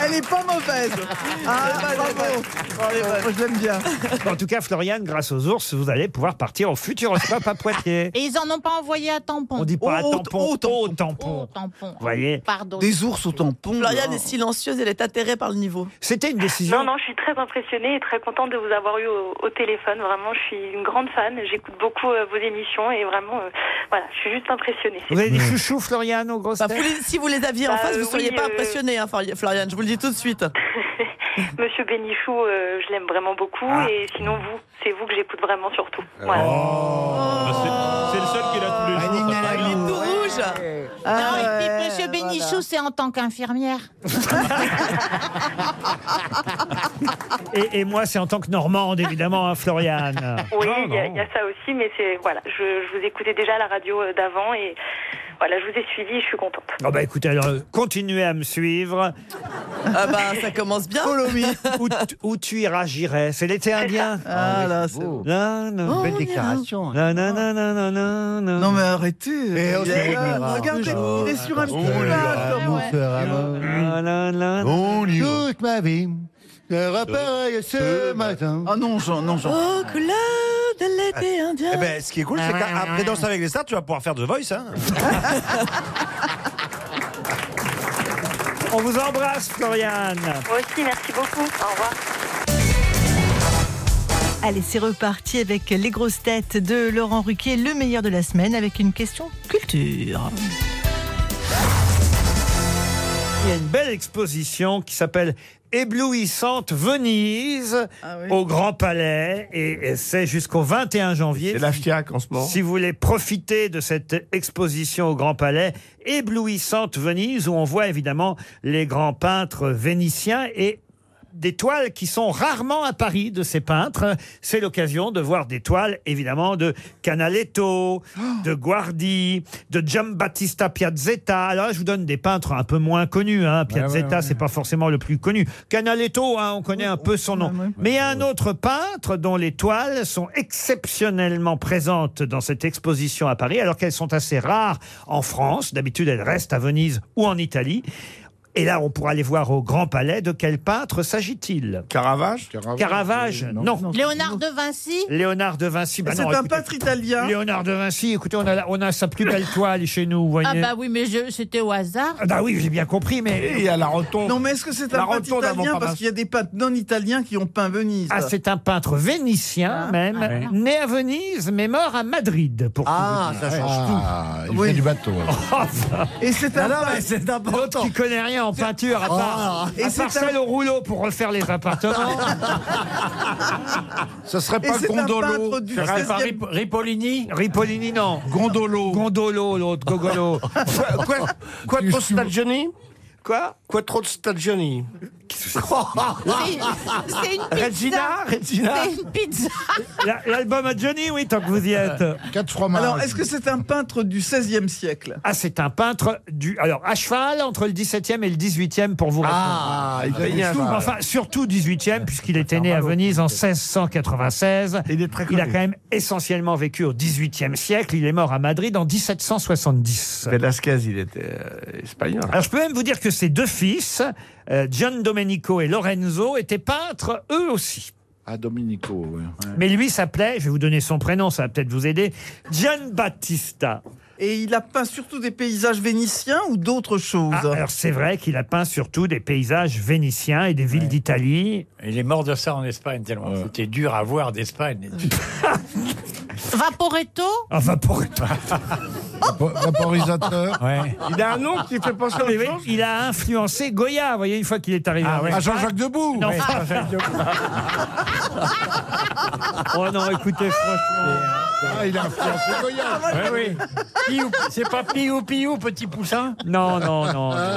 M: Elle est pas mauvaise. Ah, bravo.
D: Oh,
M: Bravo, Je l'aime bien.
C: En tout cas, Floriane, grâce aux ours, vous allez pouvoir partir au Futuroscope à Poitiers.
H: Et ils en ont pas envoyé à tampon.
C: On dit pas
H: Oh,
C: à tampon, au tampon.
H: oh, tampon.
C: Vous voyez
H: Pardon.
C: ours au tampon.
D: Floriane est silencieuse, elle est atterrée par le niveau.
C: C'était une décision.
S: Non, non, je suis très impressionnée et très contente de vous avoir eu au, au téléphone. Vraiment, je suis une grande fan. J'écoute beaucoup euh, vos émissions et vraiment, euh, voilà, je suis juste impressionnée.
C: Vous
D: Mmh.
C: avez des chouchous, Floriane, aux grosses
D: Bah,
C: têtes
D: vous les- si vous les aviez en
S: Bah,
D: face, vous
S: euh,
D: ne seriez
S: oui,
D: pas
S: euh,
D: impressionné, hein, Flori- Floriane, je vous le dis tout de suite.
S: Monsieur Bénichou, euh, je l'aime vraiment beaucoup.
C: Ah.
S: Et sinon, vous, c'est vous que j'écoute vraiment surtout. Voilà.
E: Oh,
G: C'est le seul qui est là tous les jours. ça paraît.
D: Tout rouge
H: non, et puis Monsieur Bénichou, c'est en tant qu'infirmière.
C: et, et moi, c'est en tant que Normande, évidemment, hein, Floriane.
S: Oui, il y, a- il y a ça aussi, mais c'est voilà, je, je vous écoutais déjà à la radio euh, d'avant et voilà, je vous ai suivi et je suis contente.
C: Oh bah écoutez, alors euh, continuez à me suivre.
D: Ah bah ça commence bien.
C: Où, t- où tu iras, j'irai. C'est l'été indien.
M: Ah, là, c'est beau.
C: Non, non.
M: Oh, Belle on ira. déclaration. hein.
C: Non, non, non, non, non, non, non.
M: Non mais arrêtez.
C: Eh, on bah,
M: Il est
C: se Oh
M: là, Regardez, il est sur
C: réunira.
M: un petit
C: On
D: Ah,
M: nuage.
C: ira,
M: comme-
F: On y va. Euh, Toute ma vie. Je repareille ce matin.
M: Ah non, Jean, non, Jean.
D: Oh, couleur de l'été
F: Ah,
C: bah,
D: indien.
E: Eh ben, ce qui est cool, c'est qu'après Danse avec les stars, tu vas pouvoir faire The Voice. Hein.
C: On vous embrasse, Floriane.
S: Moi aussi, merci beaucoup. Au revoir.
B: Allez, c'est reparti avec les grosses têtes de Laurent Ruquier, le meilleur de la semaine, avec une question culture.
C: Il y a une belle exposition qui s'appelle Éblouissante Venise au Grand Palais et et c'est jusqu'au 21 janvier. C'est la
K: FIAC en ce moment.
C: Si vous voulez profiter de cette exposition au Grand Palais, Éblouissante Venise, où on voit évidemment les grands peintres vénitiens et des toiles qui sont rarement à Paris de ces peintres. C'est l'occasion de voir des toiles, évidemment, de Canaletto, de Guardi, de Giambattista Piazzetta. Alors, là, je vous donne des peintres un peu moins connus. hein. Piazzetta, c'est pas forcément le plus connu. Canaletto, hein, on connaît un peu son nom. Mais il y a un autre peintre dont les toiles sont exceptionnellement présentes dans cette exposition à Paris, alors qu'elles sont assez rares en France. D'habitude, elles restent à Venise ou en Italie. Et là, on pourra aller voir au Grand Palais de quel peintre s'agit-il Caravage Caravage, non.
H: Léonard de Vinci.
C: Léonard de Vinci, bah
H: C'est
C: non,
H: un
C: écoutez.
H: peintre italien.
C: Léonard de Vinci, écoutez, on a, on a sa plus belle toile chez nous, vous voyez.
H: Ah bah oui, mais je- c'était au hasard.
C: Ah bah oui, j'ai bien compris, mais.
M: Et il y a
C: la rotonde.
M: Non mais est-ce que c'est un peintre italien Parce qu'il y a des peintres non italiens qui ont peint Venise.
C: Ah, c'est un peintre
H: Ah,
C: vénitien, même, né à Venise, mais mort à Madrid, pour tout
M: Ah,
C: vous
M: ça
C: dire.
M: change Oh,
N: Ah, il fait du bateau.
M: Et c'est un peintre-
C: important. Qui connaît rien en peinture, à part,
M: Et
C: à
M: c'est
C: part
M: un-
C: celle au rouleau pour refaire les appartements.
N: Ça serait
M: Et
N: pas
M: c'est un
N: Gondolo
M: peintre du
N: ça serait pas
M: 16e.
N: Rip- Ripolini
C: Ripolini, non.
N: Gondolo.
C: Gondolo, l'autre, Gogolo.
N: quoi, quoi, quoi
R: Quattro Stagioni
C: Quoi
R: Quattro Stagioni.
I: Ah.
H: C'est une pizza.
R: Regina, Regina.
H: C'est une pizza.
C: La- L'album à Johnny, oui, tant que vous y êtes.
N: Quatre
M: Alors, est-ce que c'est un peintre du XVIe siècle
C: Ah, c'est un peintre du. Alors, à cheval entre le 17e et le 18e pour vous répondre.
R: Ah, il peignait à cheval.
C: Enfin, surtout 18e, puisqu'il était né à Venise en 1696. Il, a quand même essentiellement vécu au 18e siècle. Il est mort à Madrid en 1770.
K: Velasquez, il était euh, espagnol.
C: Alors, je peux même vous dire que ses deux fils, euh, Gian Domenico et Lorenzo, étaient peintres eux aussi.
N: Ah, Domenico, ouais.
C: Mais lui s'appelait, je vais vous donner son prénom, ça va peut-être vous aider, Gian Battista.
M: Et il a peint surtout des paysages vénitiens ou d'autres choses
C: Ah, alors c'est vrai qu'il a peint surtout des paysages vénitiens et des villes d'Italie.
I: Il est mort de ça en Espagne tellement c'était dur à voir d'Espagne.
H: Vaporetto.
C: Enfin Ah, pour
N: Vaporisateur.
I: Ouais.
R: Il a un nom qui fait penser à
C: Ah, Mais
R: autre
C: oui,
R: chose
C: il a influencé Goya, vous voyez, une fois qu'il est arrivé.
N: Ah,
C: en
N: ouais.
C: Espagne.
N: Ah, Jean-Jacques Debout.
C: Non.
N: Ouais, Jean-Jacques
C: oh non, écoutez, franchement.
N: Ah, il a influencé Goya.
I: Ouais, oui. Piou, c'est pas Piou Piou, petit poussin
C: Non, non, non. non.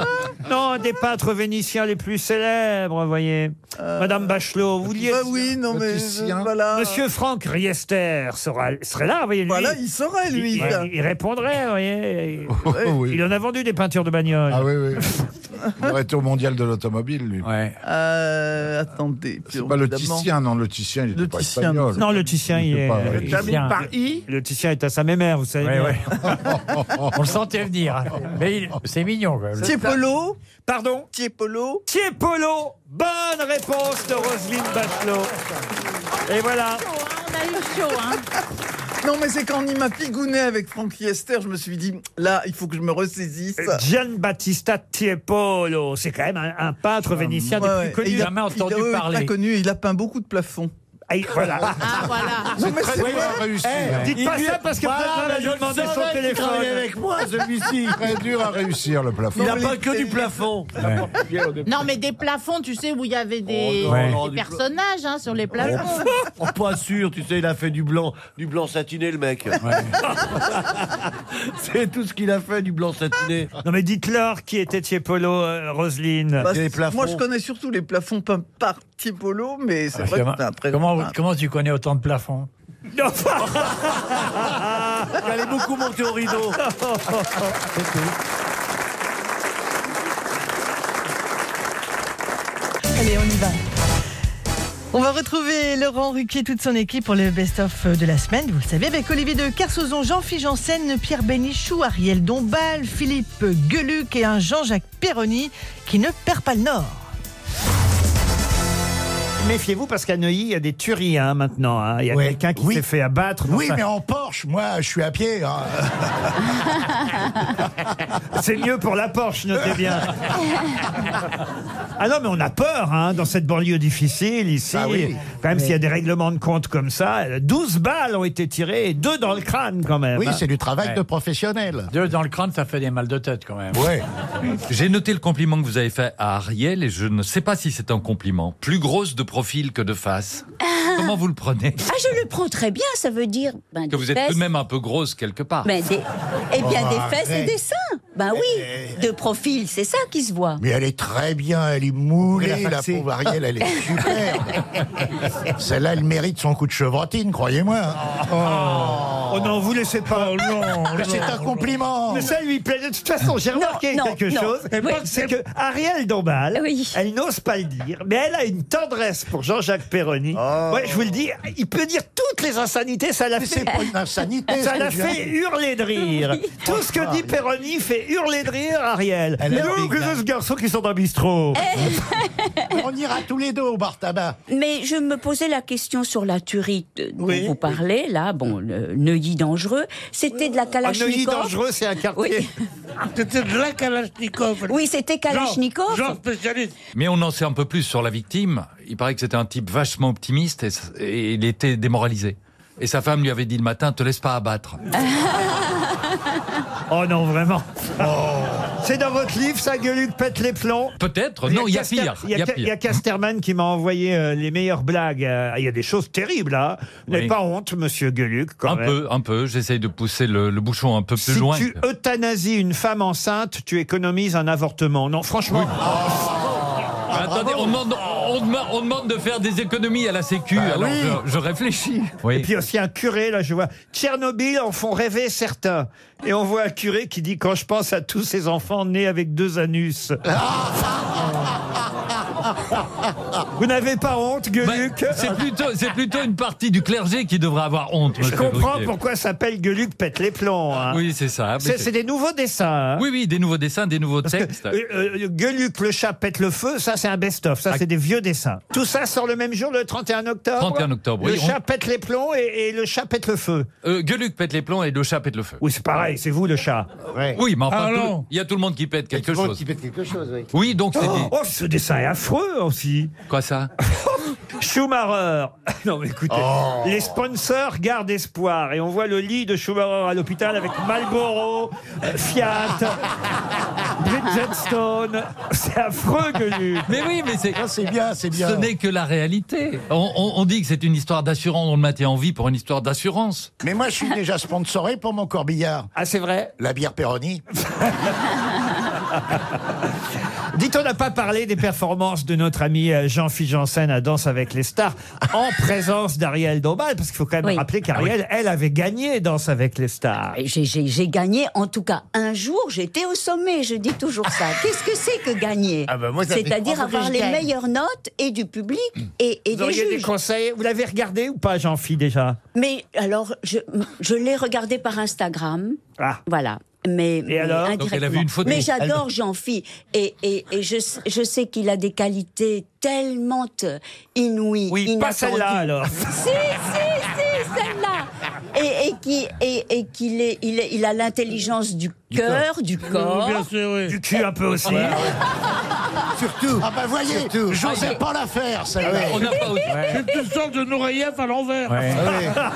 C: Non, des peintres vénitiens les plus célèbres, vous voyez. Madame Bachelot, vous vouliez.
M: Bah oui, non mais euh, voilà.
C: Monsieur Franck Riester sera, serait là, vous voyez. Lui,
M: Voilà, il saurait lui.
C: Il, il répondrait, vous voyez.
N: oui.
C: Il en a vendu des peintures de bagnole.
N: Ah oui, oui. Il aurait été au mondial de l'automobile, lui.
M: Euh, attendez.
N: C'est pas le Titien, non, le Titien, il n'était pas espagnol.
C: Non, le Titien, il
N: était
C: est.
N: pas-
C: I Le Titien est à sa mémère, vous savez.
I: Ouais,
C: bien.
I: ouais. On le sentait venir. Mais il- c'est mignon, quand même.
C: Tiepolo Pardon Tiepolo Tiepolo Bonne réponse de Roselyne Bachelot. Et voilà.
H: On a eu chaud, hein.
M: Non, mais c'est quand il m'a pigouné avec Franck Liester, je me suis dit, là, il faut que je me ressaisisse.
C: Gian Battista Tiepolo, c'est quand même un, un
N: Ah,
C: peintre vénitien
M: Ouais,
C: des
M: ouais.
C: plus connus.
M: Et il a- il a- ouais, il l'a connu, il a peint beaucoup de plafonds.
C: voilà.
M: Ah,
H: voilà.
M: Non, mais c'est vrai.
N: Eh,
C: dites
N: il
C: pas
N: lui
C: ça
N: a-
C: parce que
N: Voilà,
C: peut-être on va
N: mais
C: lui
N: je le
C: demander son
N: savais qu'il
C: téléphone.
N: travaillait avec moi, celui-ci. Très dur à réussir, le plafond.
R: Il n'a pas que du plafond.
H: Non, mais des plafonds, tu sais, où il y avait des,
R: Oh, non,
H: des
R: non, du pla-
H: personnages hein, sur les plafonds.
R: Oh, pas sûr, tu sais, il a fait du blanc, du blanc satiné, le mec. C'est tout ce qu'il a fait, du blanc satiné.
C: Non mais dites-leur qui était Tiepolo, euh, Roselyne.
M: Bah, moi, je connais surtout les plafonds peints par Tipolo, mais c'est
I: Ah,
M: vrai que
I: comment-
M: c'est un très
I: comment,
M: grand peintre.
I: comment tu connais autant de plafonds
R: J'allais beaucoup monter au rideau.
B: Allez, on y va. On va retrouver Laurent Ruquier et toute son équipe pour le best-of de la semaine, vous le savez, avec Olivier de Carsozon, Jean-Philippe Janssen, Pierre Bénichou, Ariel Dombal, Philippe Gueluc et un Jean-Jacques Perroni qui ne perd pas le nord.
C: Méfiez-vous parce qu'à Neuilly, il y a des tueries hein, maintenant. hein. Il y a
N: Ouais.
C: quelqu'un qui s'est fait
F: Ah,
C: abattre. dans
N: Oui,
C: sa-
N: mais en Porsche, moi, je suis à pied. hein.
C: C'est mieux pour la Porsche, notez bien. Ah non, mais on a peur hein, dans cette banlieue difficile ici.
N: Ah oui.
C: Quand même, s'il y a des règlements de compte comme ça, euh, 12 balles ont été tirées et 2 dans le crâne quand même. hein.
N: Oui, c'est du travail
I: Ouais.
N: de professionnel.
I: Deux dans le crâne, ça fait des mal de tête, quand même.
Q: Ouais.
I: J'ai-
Q: J'ai noté le compliment que vous avez fait à Ariel et je ne sais pas si c'est un compliment. Plus grosse de profil que de face. Comment vous le prenez
T: Ah, je le prends très bien, ça veut dire. Ben,
Q: Que
T: des
Q: vous êtes
T: fesses,
Q: tout de même un peu grosse quelque part.
T: ben, des- Eh bien,
Q: Oh,
T: des fesses et
Q: arrête.
T: des seins. Ben
F: Eh,
T: oui, de profil, c'est ça qui se voit.
F: Mais elle est très bien, elle est moulée,
T: Elle a
F: la,
T: faxé.
F: pauvre Ariel, elle est superbe. Celle-là, elle mérite son coup de chevrotine, croyez-moi. hein.
C: Oh non, vous laissez pas.
F: Mais c'est un compliment.
C: Mais ça lui plaît. De toute façon, j'ai
F: Non,
C: remarqué
F: non,
C: quelque
F: non.
C: chose.
F: Oui.
C: C'est que Ariel Dombal, elle n'ose pas le dire, mais elle a une tendresse pour Jean-Jacques Perroni. Ouais, je vous le dis, il peut dire toutes les insanités, ça l'a fait.
F: Oh. c'est pas une insanité,
C: Ça
F: ce
C: l'a
F: que je
C: fait
F: dis.
C: hurler de rire.
F: Oui.
C: Tout ce que dit Perroni fait hurler de rire Ariel.
F: Elle a
C: Nous,
F: des
C: que
F: gars.
C: ce garçon qui sont dans le bistrot.
F: Eh. On ira tous les deux au bar tabac.
T: Mais je me posais la question sur la tuerie de- dont vous parlez, là, bon, le Neuilly dangereux. C'était de la
F: Ah,
T: Kalachnikov.
C: c'est un
T: quartier.
R: C'était de la Kalachnikov.
T: Oui, c'était Kalachnikov.
R: spécialiste.
Q: Mais on en sait un peu plus sur la victime. Il paraît que c'était un type vachement optimiste et, et il était démoralisé. Et sa femme lui avait dit le matin, te laisse pas abattre.
C: Oh non, vraiment. C'est dans votre livre, ça gueuluc pète les plombs.
Q: Peut-être, non, il y a
C: Caster-
Q: pire.
C: Il y a, Ca- il y a Casterman qui m'a envoyé euh, les meilleures blagues. euh, Il y a des choses terribles, là. Vous n'avez
Q: Oui.
C: pas honte, monsieur Gueuluc, quand
Q: Un
C: même.
Q: peu, un peu. J'essaye de pousser le, le bouchon un peu plus
C: Si
Q: loin.
C: tu euthanasies une femme enceinte, tu économises un avortement. Non, franchement. Oh.
Q: Mais attendez, on demande, on, demande, on demande de faire des économies à la Sécu, alors
C: Bah oui.
Q: je, je réfléchis.
C: Et puis aussi un curé, là, je vois. Tchernobyl en font rêver certains. Et on voit un curé qui dit Quand je pense à tous ces enfants nés avec deux anus. Ah, Vous n'avez pas honte, Gueuluc
Q: Ben, C'est plutôt, c'est plutôt une partie du clergé qui devrait avoir honte.
C: Je
Q: monsieur
C: comprends
Q: Ruquier.
C: pourquoi ça s'appelle Gueuluc pète les plombs. hein.
Q: Oui, c'est ça. mais
C: C'est c'est des nouveaux dessins. hein.
Q: Oui, oui, des nouveaux dessins, des nouveaux textes.
C: Euh, euh, Gueuluc, le chat pète le feu, ça c'est un best-of,
Q: Ah.
C: ça c'est des vieux dessins. Tout ça sort le même jour, le 31 octobre.
Q: 31 octobre,
C: Le
Q: oui, on-
C: chat pète les plombs et, et le chat pète le feu.
Q: Euh, Gueuluc pète les plombs et le chat pète le feu.
C: Oui, c'est pareil, c'est vous le chat.
Q: Oui, mais enfin,
C: Ah,
Q: tout-
C: non.
Q: il y a tout le monde qui pète quelque chose.
F: quelque chose,
Q: Oui, donc c'est
C: Oh,
Q: des-
C: oh, ce dessin est affreux aussi.
Q: Quoi ça
C: Schumacher. Non, mais écoutez, les sponsors gardent espoir et on voit le lit de Schumacher à l'hôpital avec Marlboro, euh, Fiat, Bridgestone. C'est affreux, Gueuluc.
Q: Mais oui, mais c'est.
F: c'est bien, c'est bien.
Q: Ce n'est que la réalité. On, on- on dit que c'est une histoire d'assurance, on le maintient en vie pour une histoire d'assurance.
F: Mais moi, je suis déjà sponsoré pour mon corbillard.
C: Ah, c'est vrai
F: La bière Peroni.
C: Dites, on n'a pas parlé des performances de notre ami euh, Jean-Philippe Janssen à Danse avec les stars en présence d'Ariel Dombal, parce qu'il faut quand même
T: Oui.
C: rappeler qu'Ariel, elle avait gagné Danse avec les stars.
T: J'ai- J'ai j'ai gagné, en tout cas, un jour, j'étais au sommet, je dis toujours ça. Qu'est-ce que c'est que gagner
C: Ah bah moi, ça fait trois
T: C'est-à-dire
C: fois que
T: avoir
C: je
T: les
C: gagne.
T: meilleures notes et du public et, et
C: Vous
T: des
C: auriez
T: juges.
C: des conseils Vous l'avez regardé ou pas, Jean-Philippe, déjà
T: Mais alors, je, je l'ai regardé par Instagram.
C: Ah.
T: Voilà. Mais, mais
C: alors Donc,
T: indirectement.
C: elle a vu une photo.
T: Mais
C: Elle-
T: j'adore Jean-Phi. Et, et, et je, je sais qu'il a des qualités tellement euh, inouïes.
C: Oui, pas celle-là,
T: inattendues.
C: alors.
T: si, si, si, celle-là. Et, et qui- et- et qu'il est, il, est- il a l'intelligence du cœur, du corps.
C: Du cul un peu aussi.
F: Surtout. Ah bah voyez,
T: Surtout.
F: je
T: Ah,
F: sais
T: il-
F: pas la faire, celle-là.
T: On n'a pas osé. Ouais.
F: Je te sors de Nourayev à l'envers.
I: Ah,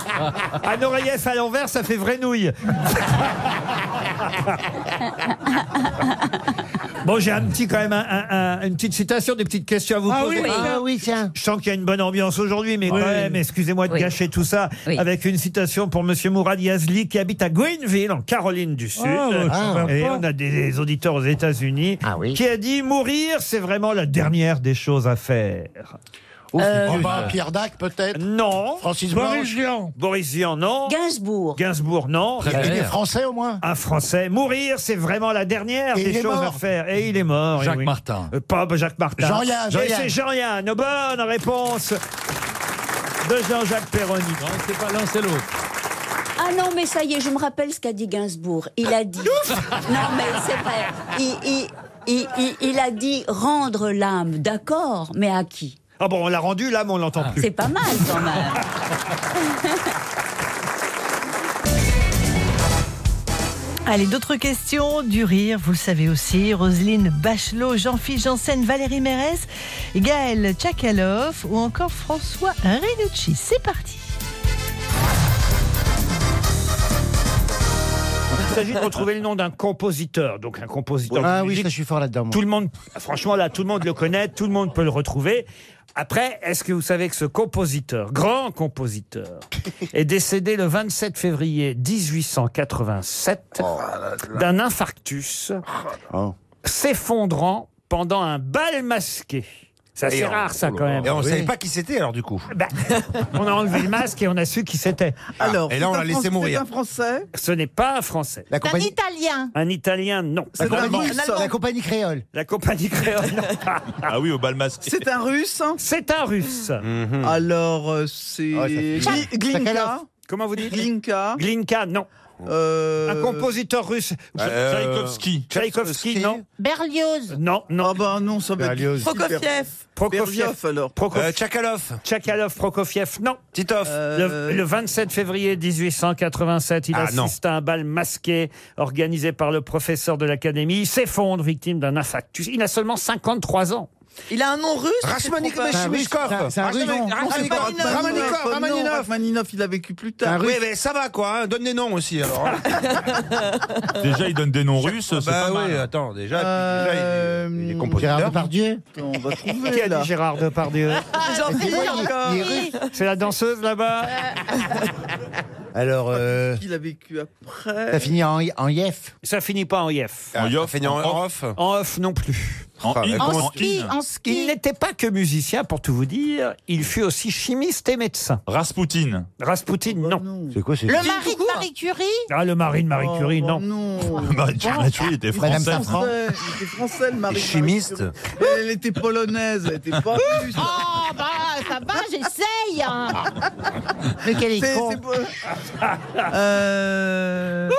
C: Un oreillef Ah, à l'envers, ça fait vraie nouille. Bon, j'ai un petit, quand même, un- un- un- une petite citation, des petites questions à vous
U: Ah
C: poser.
U: oui, Ah oui, tiens.
C: Je sens qu'il y a une bonne ambiance aujourd'hui, mais
U: Oui.
C: quand même, excusez-moi de
U: Oui.
C: gâcher tout ça
U: Oui.
C: avec une citation pour Monsieur Mourad Yazli qui habite à Greenville, en Caroline du Sud.
U: Ah, ouais, je savais
C: et
U: pas.
C: on a des, des auditeurs aux États-Unis
U: Ah
C: qui a dit mourir, c'est vraiment la dernière des choses à faire.
F: Euh, Oh, bah, Pierre Dac, peut-être
C: Non.
F: Francis Boris Blanche Vian.
C: Boris Vian, non.
T: Gainsbourg.
C: Gainsbourg, non.
F: Il y avait des Français au moins
C: Un Français. Mourir, c'est vraiment la dernière
F: Et il
C: des
F: est
C: choses à
F: mort.
C: faire. Et il est mort. eh
F: Jacques
C: oui.
F: Martin.
C: Euh, pas Jacques Martin.
F: Jean-Yann,
C: Et
F: Jean-Yann.
C: c'est Jean-Yann. Bonne réponse de Jean-Jacques Perroni. Non, c'est pas l'un, c'est l'autre.
T: Ah non, mais ça y est, je me rappelle ce qu'a dit Gainsbourg. Il a dit. non, mais c'est vrai. Il, il- il- il- il a dit rendre l'âme, d'accord, mais à qui
C: Ah bon, on l'a rendu, là, mais on l'entend plus.
T: C'est pas mal quand même.
B: Allez, d'autres questions, du rire, vous le savez aussi. Roselyne Bachelot, Jean-Philippe Janssen, Valérie Mérès, Gaël Tchakalov ou encore François Renucci. C'est parti.
C: Il s'agit de retrouver le nom d'un compositeur. Donc, un compositeur.
F: Ah
C: de
F: oui,
C: musique.
F: ça, je suis fort là-dedans, moi.
C: Tout le monde, franchement, là, tout le monde le connaît, tout le monde peut le retrouver. Après, est-ce que vous savez que ce compositeur, grand compositeur, est décédé le 27 février 1887
F: Oh,
C: d'un infarctus
F: Ah.
E: Oh.
C: s'effondrant pendant un bal masqué Ça,
E: Et
C: c'est
E: on-
C: rare, ça,
E: oh là
C: quand
E: là.
C: même. Ben,
E: Et on ne savait pas qui c'était alors du coup.
C: On a enlevé le masque et on a su qui c'était.
M: Ah.
E: Alors, Ah, Et là, on c'est
C: a
E: l'a un laissé Français, mourir. c'est un
C: Français Ce n'est pas un Français.
F: La
H: Un Italien.
C: Un Italien, non.
F: La compagnie, la compagnie créole.
C: La compagnie créole.
G: Ah oui, au bal masqué.
M: C'est un russe
C: C'est un russe.
E: Mhm.
M: Alors, euh, c'est.
E: Ah
M: Gli- Glinka
C: Comment vous dites
M: Glinka Euh,
C: Glinka, non. Un compositeur russe. Tchaïkovski. Euh, Tchaïkovski, non.
H: Berlioz.
C: Non, non.
M: Ah bah non, ça va être.
H: Prokofiev.
C: Prokofiev.
M: Berlioz, alors.
C: Prokofiev.
M: Euh, Tchakalov.
C: Tchakalov, Prokofiev, non. Euh,
E: Titov.
C: Le, le 27 février 1887, il
E: Ah,
C: assiste à un bal masqué organisé par le professeur de l'académie. Il s'effondre, victime d'un infarctus. Il a seulement 53 ans.
D: Il a un nom russe
E: Rachmanik-
D: c'est trop-
E: Rachmaninoff.
D: C'est un russe.
E: Rachmaninov.
D: Rachmaninov.
E: Rachmaninov.
M: Rachmaninov.
E: Rachmaninov.
M: Rachmaninov, il a vécu plus
F: Ah,
M: tard.
E: Oui, mais ça va quoi, hein. donne des noms aussi alors.
I: hein.
G: Déjà, il donne des noms russes, c'est
E: bah
G: pas
E: oui,
G: mal.
E: attends, déjà, puis déjà, il est- il est compositeur.
F: Euh, Gérard Depardieu
M: On va
C: Qui a dit Gérard Depardieu
M: Jean-Philippe encore.
C: C'est la danseuse là-bas
F: Alors, euh,
M: Il a vécu après.
F: ça finit en, en yef.
C: Euh, Ça finit pas en yef.
E: Ah, ça finit en off
C: En off non plus.
E: En Ah, in, bah, en comment- ski,
H: en ski.
C: Il n'était pas que musicien, pour tout vous dire. Il fut aussi chimiste et médecin. Raspoutine. Raspoutine, Oh, bah non.
F: C'est quoi, c'est
H: Le mari de Marie Curie.
C: Ah, le mari de Marie Curie, non. Bah,
G: Marie Curie était
F: Madame
G: française.
F: Safran.
M: Il était français, le mari. de Marie
G: Chimiste.
M: Curie. Elle était polonaise, elle était pas russe.
H: Oh, bah, ça va, j'essaye. hein.
R: Ah.
M: Mais quel est con euh...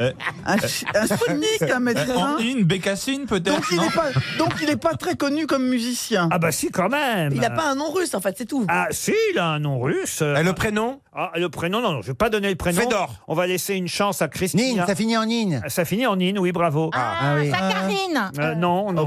M: Un, chi- un chimiste, un médecin.
G: Eh, En in, Bécassine peut-être
M: Donc il,
G: non
M: est pas, donc il est pas très connu comme musicien.
C: Ah bah si quand même.
D: Il n'a pas un nom russe en fait, c'est tout.
C: Ah, si, il a un nom russe.
E: Et le prénom
C: Ah, le prénom, non, non, je vais pas donner le prénom.
E: Fédor.
C: On va laisser une chance à Christine.
F: Nin, ça finit en nin.
C: Ça finit en in, oui, bravo.
F: Ah oui.
H: Saccharine.
C: Euh, non, non.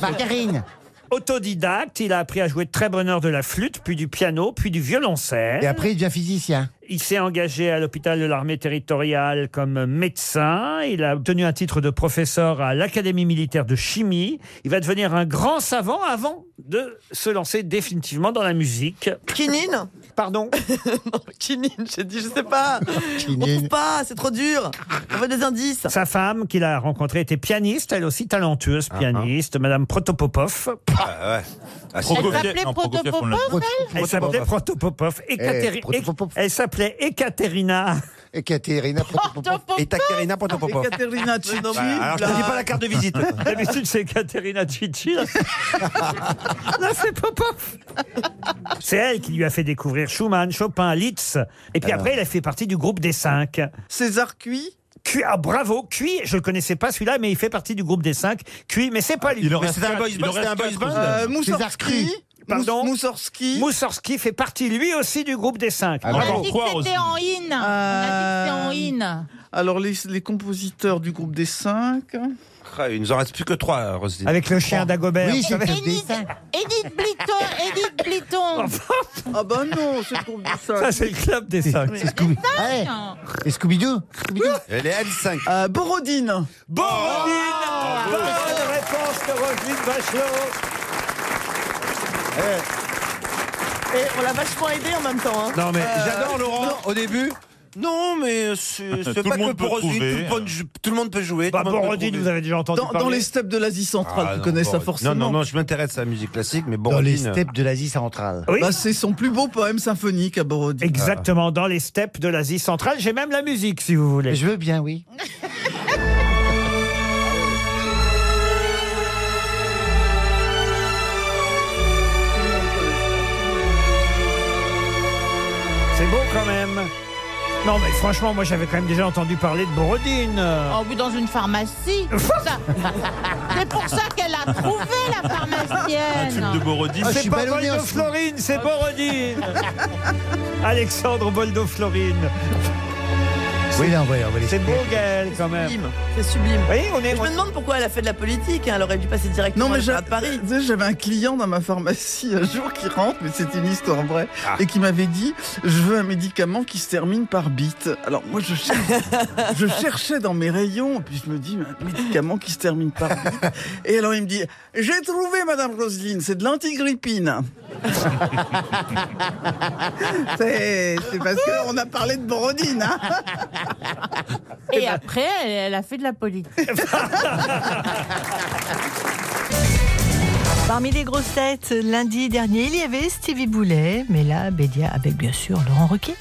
F: Margarine.
C: Autodidacte, il a appris à jouer de très bonne heure de la flûte, puis du piano, puis du violoncelle.
F: Et après, il devient physicien.
C: Il s'est engagé à l'hôpital de l'armée territoriale comme médecin. Il a obtenu un titre de professeur à l'Académie militaire de chimie. Il va devenir un grand savant avant de se lancer définitivement dans la musique.
D: Quinine
C: Pardon
D: Non, quinine, j'ai dit, je sais pas. On trouve pas, c'est trop dur. On veut des indices.
C: Sa femme, qu'il a rencontrée, était pianiste, elle aussi talentueuse pianiste, Madame Protopopov.
E: Ah, ouais. Ah, si.
C: Prokofiev-
E: Elle s'appelait
C: non, Prokofiev, on l'a dit.
E: Protopopov, elle
C: Elle s'appelait Protopopov.
E: Eh,
C: Ekatéri-
E: Protopopov.
C: Elle s'appelait Ekaterina.
F: Ekaterina
E: Et Katerina Protopopov.
C: Ekaterina
E: Tchitchi, Alors, je te dis pas la carte de visite.
C: D'habitude, c'est Katerina Tchitchi. Là, Là, c'est Popov. C'est elle qui lui a fait découvrir Schumann, Chopin, Liszt. Et puis
M: Alors.
C: après, elle a fait partie du groupe des cinq.
M: César Cui
C: Cui, ah bravo, Cui, je ne connaissais pas celui-là, mais il fait partie du groupe des cinq. Cui, mais c'est pas lui.
M: Ah, il en Mais reste c'était un quatre, boys il band, en reste c'était un boys quatre, band. Roselyne. Euh, Moussorski. César Cui.
C: Pardon Moussorski. Moussorski fait partie lui aussi du groupe des cinq.
M: Ah,
H: On
R: Ah,
H: a dit que c'était en in. On
M: Euh.
H: a dit que c'était en in.
M: Alors, les, les compositeurs du groupe des cinq.
E: Ah, Il nous en reste plus que trois, Roselyne.
C: Avec le chien d'Agobert.
M: Oui, c'est
H: Edith, Edith Bliton, Edith Bliton.
M: Ah bah non, c'est pour ça.
C: Ça, c'est le club des cinq.
F: C'est Scooby.
H: Eh,
F: Et Scooby-Doo
E: Elle est L5.
M: Euh, Borodine.
C: Borodine Bonne réponse de Roselyne Bachelot.
E: Eh.
D: Et on l'a vachement aidé en même temps. hein.
E: Non, mais
D: Euh,
E: j'adore Laurent
D: non.
E: au début. Non, mais c'est
M: Tout
E: c'est
M: le
E: pas
M: monde
E: que
M: peut
E: pour Roselyne.
M: trouver.
E: Tout, le monde- tout le monde peut jouer.
M: Bah,
E: tout le monde peut
M: Borodine,
E: trouver.
M: vous avez déjà entendu Dans- dans parler les steppes de l'Asie centrale, vous connaissez ça
E: Borodine.
M: forcément.
E: Ah, Non, non, non, je m'intéresse à la musique classique, mais
F: Dans les
E: Borodine. euh,
F: steppes de l'Asie centrale.
M: Bah, c'est son plus beau poème symphonique à Borodine.
D: Ah.
C: Exactement, dans les steppes de l'Asie centrale. J'ai même la musique, si vous voulez.
F: Je veux bien, oui.
C: C'est beau quand même. Non, mais franchement, moi, j'avais quand même déjà entendu parler de Borodine.
H: Oh, oui, dans une pharmacie. Ça- C'est pour ça qu'elle a trouvé la pharmacienne.
G: Borodine.
C: Ah, c'est pas Boldo Florine, c'est Borodine. Alexandre Boldo Florine.
F: Oui, là, on va, on va les
C: C'est beau, Gaël, quand même.
D: Sublime. C'est sublime.
C: Oui, on est.
D: Je me demande pourquoi elle a fait de la politique. hein. Elle aurait dû passer
M: Non
D: directement
M: mais j'a-
D: à Paris.
M: tu sais, j'avais un client dans ma pharmacie un jour qui rentre, mais c'était une histoire vraie,
D: Ah.
M: et qui m'avait dit je veux un médicament qui se termine par bite. Alors moi je, cher- je cherchais dans mes rayons, et puis je me dis un médicament qui se termine par bite. Et alors il me dit j'ai trouvé Madame Roselyne, c'est de l'antigrippine. c'est c'est parce qu'on a parlé de Borodine. Hein
H: Et après, elle, elle a fait de la politique.
B: Parmi les grosses têtes, lundi dernier, il y avait Stevie Boulet, mais là, Bédia avec bien sûr Laurent Ruquier.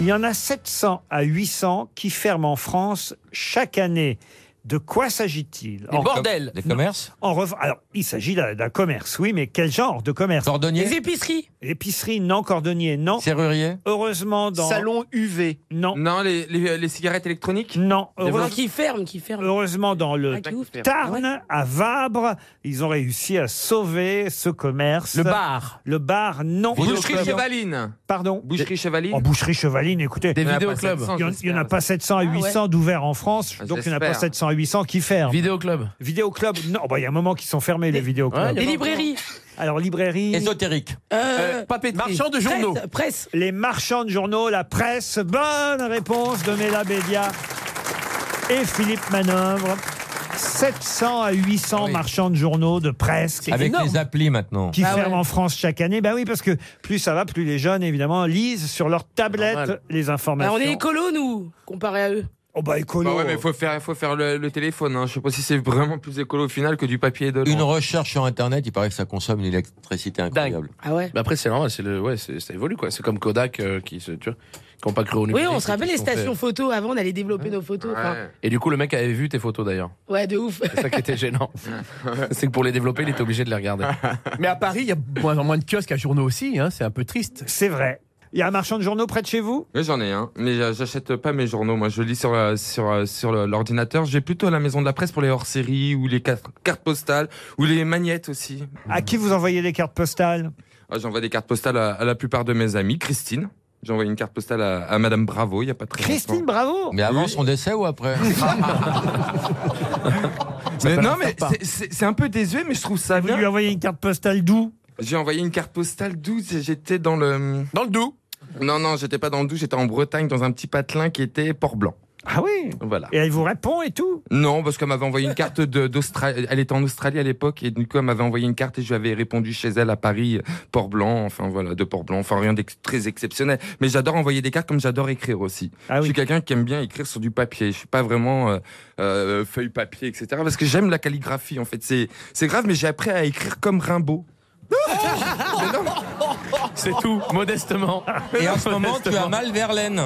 C: Il y en a 700 à 800 qui ferment en France chaque année. De quoi s'agit-il
J: Des bordels. Des commerces
C: En rev- Alors, il s'agit d'un d'un commerce, oui, mais quel genre de commerce
J: Cordonnier
C: Les épiceries Épiceries, non. Cordonnier, non.
J: Serrurier
C: Heureusement, dans...
R: Salon
C: UV Non.
K: Non, les, euh, les- les cigarettes électroniques
C: Non.
R: Non,
C: heureusement-
R: qui ferme, qui ferme.
C: Heureusement, dans le
R: Ah, qui ouvre.
C: Tarn,
R: Ouais.
C: à Vabre, ils ont réussi à sauver ce commerce.
K: Le bar.
C: Le bar, non.
K: Boucherie chevaline.
C: Pardon Oh,
K: Boucherie chevaline.
C: En boucherie chevaline, écoutez.
K: Des Il y en a vidéoclubs. pas 700,
C: Il y en- Il n'y en a
K: j'espère.
C: pas 700 à
K: Ah ouais.
C: 800 d'ouverts en France,
K: Ah,
C: donc il n'y en a pas
K: j'espère.
C: 700 à 800 qui ferment.
K: Vidéoclub.
C: Vidéoclub, non, bah, il y a un moment qu'ils sont fermés, les vidéoclubs.
K: Ouais, il y a Des
R: librairies.
C: Alors, librairies.
J: Ésotérique.
K: Euh, papeterie. Marchands de journaux.
R: Presse, presse.
C: Les marchands de journaux, la presse. Bonne réponse de Mela Bédia et Philippe Manœuvre. 700 à 800 marchands de journaux, de presse.
J: Ah Avec les applis maintenant. Ah
C: qui ferment en France chaque année. Ben oui, parce que plus ça va, plus les jeunes, évidemment, lisent sur leur tablette
K: Normal.
C: les
L: Bah,
C: informations.
L: on est écolo, nous, comparé à eux.
C: Oh bah écolo.
K: Bah ouais, mais faut faire, faut faire le, le téléphone. Hein. Je sais pas si c'est vraiment plus écolo au final que du papier et de.
J: Une recherche sur Internet, il paraît que ça consomme une électricité incroyable.
L: Ah ouais
K: Bah après, c'est normal, c'est le, ouais, c'est, ça évolue quoi. C'est comme Kodak euh, qui se, tu vois, qui ont pas cru au
L: Oui,
K: numérique.
L: on se rappelle les
K: et qui sont fait-
L: stations photo. Avant, on allait développer nos photos. enfin,
K: Ouais. Et du coup, le mec avait vu tes photos d'ailleurs.
L: ouais, de ouf.
K: C'est ça qui était gênant. c'est que pour les développer, il était obligé de les regarder.
U: Mais à Paris, il y a moins en moins de kiosques à journaux aussi, hein, c'est un peu triste.
C: C'est vrai. Il y a un marchand de journaux près de chez vous
K: Oui, j'en ai un, mais j'a- j'achète pas mes journaux. Moi, je lis sur, euh, sur, euh, sur le- l'ordinateur. J'ai plutôt la maison de la presse pour les hors-séries ou les quatre- cartes postales ou les magnettes aussi.
C: À qui vous envoyez des cartes postales
K: Ah, J'envoie des cartes postales à, à la plupart de mes amis. Christine, j'ai envoyé une carte postale à, à Madame Bravo il y a pas très
C: Christine
K: longtemps.
C: Bravo
J: Mais avant son décès ou après
K: Mais non, mais c'est- c'est c'est un peu désuet, mais je trouve ça
C: Vous
K: bien.
C: lui envoyez une carte postale d'où
U: J'ai envoyé une carte postale douce et j'étais dans le. Dans le Doubs Non, non, j'étais pas dans le Doubs, j'étais en Bretagne dans un petit patelin qui était Port-Blanc.
C: Ah oui
U: Voilà.
C: Et elle vous répond et tout
U: Non, parce qu'elle m'avait envoyé une carte de- d'Australie. Elle était en Australie à l'époque et du coup, elle m'avait envoyé une carte et je lui avais répondu chez elle à Paris, Port-Blanc, enfin voilà, de Port-Blanc. Enfin, rien de très exceptionnel. Mais j'adore envoyer des cartes comme j'adore écrire aussi. Je suis quelqu'un qui aime bien écrire sur du papier. Je suis pas vraiment euh, euh, feuille papier, etc. Parce que j'aime la calligraphie en fait. C'est c'est grave, mais j'ai appris à écrire comme Rimbaud. C'est tout, modestement.
J: Et en ce moment, tu as mal Verlaine.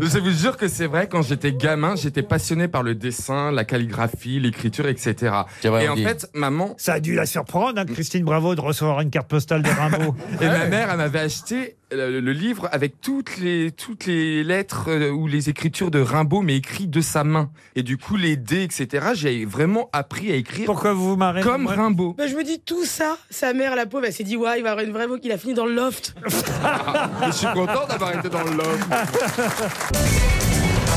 U: Je vous jure que c'est vrai, quand j'étais gamin, j'étais passionné par le dessin, la calligraphie, l'écriture, etc. Et
C: vrai,
U: en
C: Andy.
U: fait, maman.
C: Ça a dû la surprendre, hein, Christine Bravo, de recevoir une carte postale de Rimbaud.
U: Et ma mère, elle m'avait acheté euh, le, le livre avec toutes les, toutes les lettres euh, ou les écritures de Rimbaud, mais écrites de sa main. Et du coup, les dés, etc. J'ai vraiment appris à écrire.
C: Pourquoi vous vous marrez
U: Comme Rimbaud.
V: Ben, je me dis tout ça, sa mère, la pauvre, elle s'est dit ouais, il va avoir une vraie voix qu'il a fini dans le loft.
U: Je suis content d'avoir été dans le love.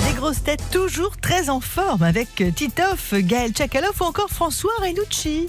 B: Des grosses têtes toujours très en forme avec Titoff, Gaël Tchakalov ou encore François Renucci.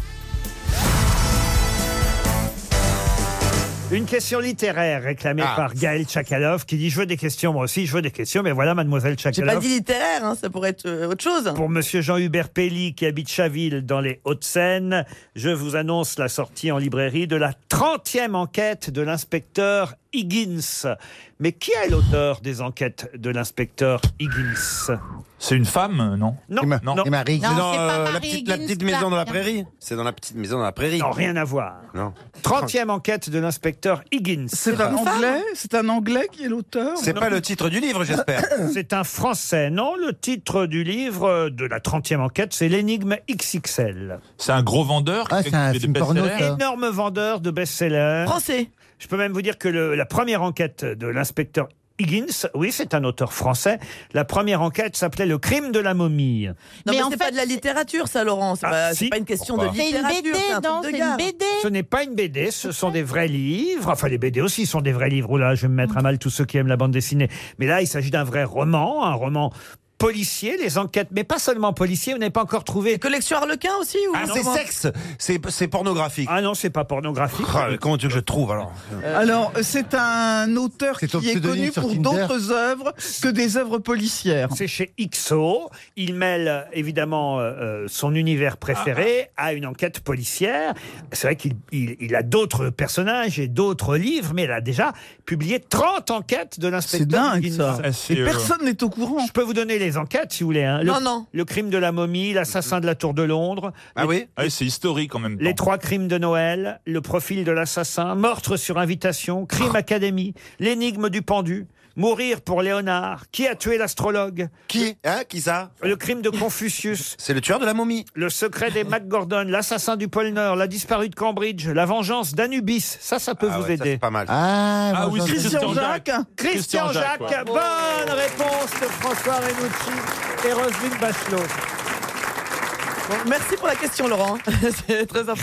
C: Une question littéraire réclamée par Gaël Tchakalov qui dit Je veux des questions, moi aussi, je veux des questions, mais voilà, mademoiselle
D: J'ai pas
C: Tchakalov.
D: dit littéraire, hein, ça pourrait être euh, autre chose.
C: Pour monsieur Jean-Hubert Pelli qui habite Chaville dans les Hauts-de-Seine, je vous annonce la sortie en librairie de la 30e enquête de l'inspecteur Higgins. Mais qui est l'auteur des enquêtes de l'inspecteur Higgins
G: C'est une femme, non
C: Non, non.
G: Et Marie.
I: C'est
G: Non,
I: dans
G: c'est pas Marie
I: euh, la petite, la
G: Higgins
I: petite maison dans la
G: Clark.
I: prairie. C'est dans la petite maison dans la prairie.
C: Non, rien à voir.
I: Non.
C: 30e enquête de l'inspecteur Higgins.
I: C'est un Une femme
C: anglais C'est un anglais qui est l'auteur
I: C'est pas le titre du livre, j'espère.
C: C'est un français. Non, le titre du livre euh, de la 30e enquête, c'est L'énigme XXL.
G: Ah, C'est un gros vendeur
M: Ah,
G: qui fait- qui fait des best-sellers.
C: Énorme vendeur de best-sellers. Français. Je peux même vous dire que le- la première enquête de l'inspecteur Higgins, oui, c'est un auteur français. La première enquête s'appelait Le crime de la momie.
D: Non, mais, c'est pas de la littérature, ça, Laurent. C'est pas, c'est pas une question de
C: Ah, Pourquoi C'est une
D: littérature.
C: BD,
D: un truc
H: non,
D: de
H: c'est une
D: gare.
C: Ce n'est pas une BD, ce sont des vrais livres. Enfin, les BD aussi sont des vrais livres. Oh là, je vais me mettre à mal tous ceux qui aiment la bande dessinée. Mais là, il s'agit d'un vrai roman, un roman policier, les enquêtes, mais pas seulement policier, vous n'avez pas encore trouvé.
D: Collection Harlequin aussi ou
I: Ah, c'est sexe C'est c'est pornographique. Oh,
C: Ah non, c'est pas pornographique.
I: comment tu veux que je trouve alors
M: Alors, c'est un auteur
I: C'est ton
M: qui est
I: pseudonyme
M: connu
I: sur
M: pour
I: Tinder.
M: d'autres œuvres que des œuvres policières.
C: C'est chez XO. Il mêle euh, évidemment euh, euh, son univers préféré à une enquête policière. C'est vrai qu'il il- il a d'autres personnages et d'autres livres, mais il a déjà publié 30 enquêtes de l'inspecteur.
M: dingue,
C: Higgins.
M: ça. Ah, c'est, Et euh, personne
C: n'est au courant. Je peux vous donner les enquêtes si vous voulez. hein. Le,
M: Non, non.
C: Le crime de la momie, l'assassin de la Tour de Londres.
I: Ah oui
G: Ah oui, c'est historique en même temps.
C: Les trois crimes de Noël, le profil de l'assassin, meurtre sur invitation,
I: Ah.
C: crime académie, l'énigme du pendu, mourir pour Léonard, qui a tué l'astrologue
I: Qui Hein Qui ça
C: Le crime de Confucius.
I: C'est le tueur de la momie.
C: Le secret des MacGordon, l'assassin du pôle Nord, la disparue de Cambridge, la vengeance d'Anubis. Ça, ça peut
I: Ah
C: vous
I: ouais, ça,
C: aider.
I: c'est pas mal.
C: Ah,
I: Ah oui, vengeance c'est Christian d'Anubis. Jacques.
C: Christian
I: Christian Jacques,
C: Jacques.
I: ouais.
C: Bonne réponse de François Renucci et Roselyne Bachelot.
D: Bon, merci pour la question, Laurent. c'est très sympa.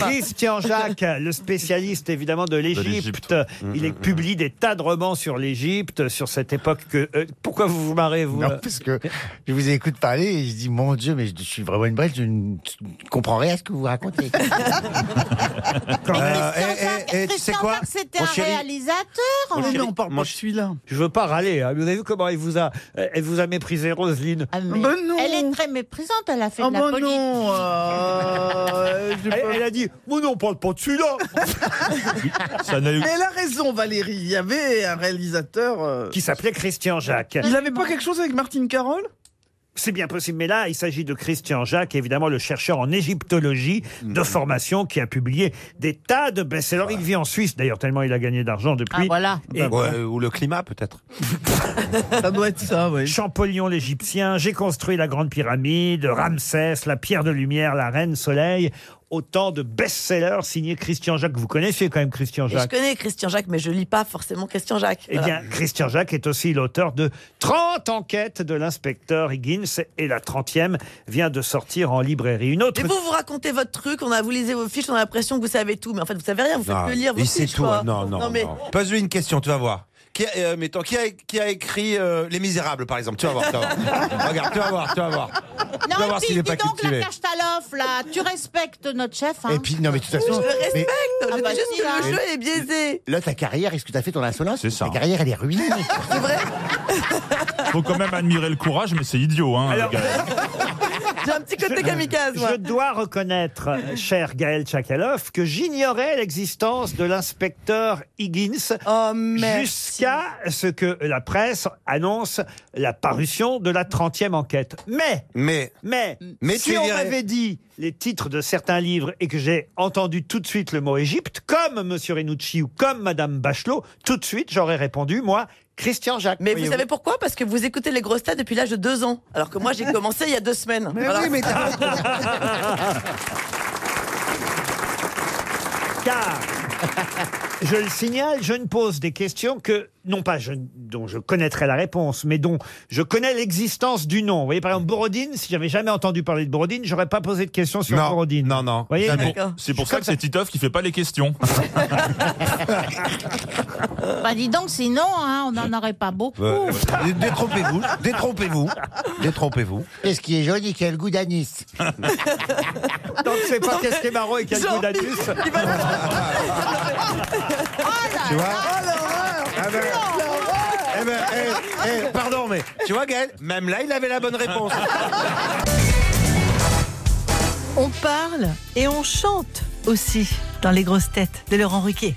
C: Christian Jacques, le spécialiste évidemment de l'Égypte.
I: Mm,
C: Il est- publie des tas de romans sur l'Égypte, sur cette époque que. euh, pourquoi vous vous marrez, vous euh,
F: Non, parce que je vous écoute parler et je dis, mon Dieu, mais je suis vraiment une brèche, je ne comprends rien à ce que vous racontez.
I: Euh, eh, eh, eh, tu sais
H: Christian
I: quoi
H: Jacques, c'était
I: Mon
H: un
I: chéri,
H: réalisateur. hein.
C: Oh non, on parle pas de celui-là. Je veux pas râler. hein, mais Vous avez vu comment il vous a, euh, elle vous a méprisé, Roselyne.
H: Ah, Elle est très méprisante, elle a fait de la politique. Euh,
M: euh,
C: elle, elle a dit, mais non, on parle pas de celui-là. Ça n'a eu-
M: Mais elle a raison, Valérie. Il y avait un réalisateur. euh,
C: Qui s'appelait Christian Jacques.
M: Il n'avait pas quelque chose avec Martine Carole
C: C'est bien possible, mais là, il s'agit de Christian Jacques, évidemment le chercheur en égyptologie
I: Mhm.
C: de formation qui a publié des tas de best-sellers. Il vit en Suisse, d'ailleurs, tellement il a gagné d'argent depuis.
H: Ah, voilà.
C: Et-
I: Ouais, euh, Ou le climat peut-être.
C: Ça doit être ça, oui. Champollion l'Égyptien, j'ai construit la Grande Pyramide, Ramsès, la Pierre de Lumière, la Reine Soleil. Autant de best-sellers signés Christian Jacques. Vous connaissez quand même Christian
D: Et je
C: Jacques
D: connais Christian Jacques, mais je lis pas forcément Christian Jacques.
C: Eh
D: Voilà.
C: bien, Christian Jacques est aussi l'auteur de 30 enquêtes de l'inspecteur Higgins et la 30e vient de sortir en librairie. Une autre.
D: Et vous, vous racontez votre truc, on a, vous lisez vos fiches,
C: Ah,
D: on a l'impression que vous savez tout, mais en fait, vous savez rien, vous faites
I: Non,
D: que lire vos
I: il
D: fiches.
I: sait tout.
D: quoi.
I: hein. Non, non.
D: mais
I: non. Pose-lui une question, tu vas voir.
E: qui a, euh, mettons, qui a, qui a écrit euh, Les Misérables, par exemple. Tu vas voir, tu vas voir. Regarde, tu vas voir, tu vas voir. tu vas
H: Non,
E: voir
H: et
E: s'il
H: puis,
E: est
H: dis
E: pas
H: donc, la
E: cultivé.
H: Kastalov, là, tu respectes notre chef, hein Ah, bah,
F: Et puis, non, mais de toute façon.
H: Je le
F: mais-
H: respecte, je dis juste que le
F: mais-
H: jeu est biaisé.
F: Là, ta carrière, est-ce que tu as fait ton insolence Ta carrière, elle est ruinée.
G: Faut quand même admirer le courage, mais c'est idiot, hein, les gars.
C: J'ai un petit côté kamikaze, Je dois reconnaître, euh, cher Gaël Tchakaloff, que j'ignorais l'existence de l'inspecteur Higgins jusqu'à ce que la presse annonce la parution de la 30e enquête. Mais,
E: mais,
C: mais,
E: Mais
C: si
E: tu
C: on
E: dirais-
C: m'avait dit les titres de certains livres et que j'ai entendu tout de suite le mot Égypte, comme Monsieur Renucci ou comme Madame Bachelot, tout de suite j'aurais répondu, moi, Christian Jacques.
D: Mais vous savez pourquoi Parce que vous écoutez les grosses têtes depuis l'âge de deux ans, alors que moi j'ai commencé il y a deux semaines.
C: Mais oui, mais Car, je le signale, je ne pose des questions que, non pas je- dont je connaîtrais la réponse, mais dont je connais l'existence du nom. Vous voyez, par exemple, Borodine, si j'avais jamais entendu parler de Borodine, j'aurais pas posé de questions sur Borodine. Non,
E: non.
G: C'est pour- C'est pour ça que c'est Titoff qui fait pas les questions.
H: Bah, dis donc, sinon, hein, on n'en aurait pas beaucoup.
E: Euh, détrompez-vous, détrompez-vous, détrompez-vous.
F: Qu'est-ce qui est joli, qui a le goût d'anis
C: Donc, c'est pas qu'est-ce qui est marrant et quel goût d'anus.
E: Tu vois Ah ben- Eh ben, eh, eh, pardon, mais tu vois, Gaël, même là, il avait la bonne réponse.
F: Ah,
B: On parle et on chante aussi dans Les Grosses Têtes de Laurent Ruquier.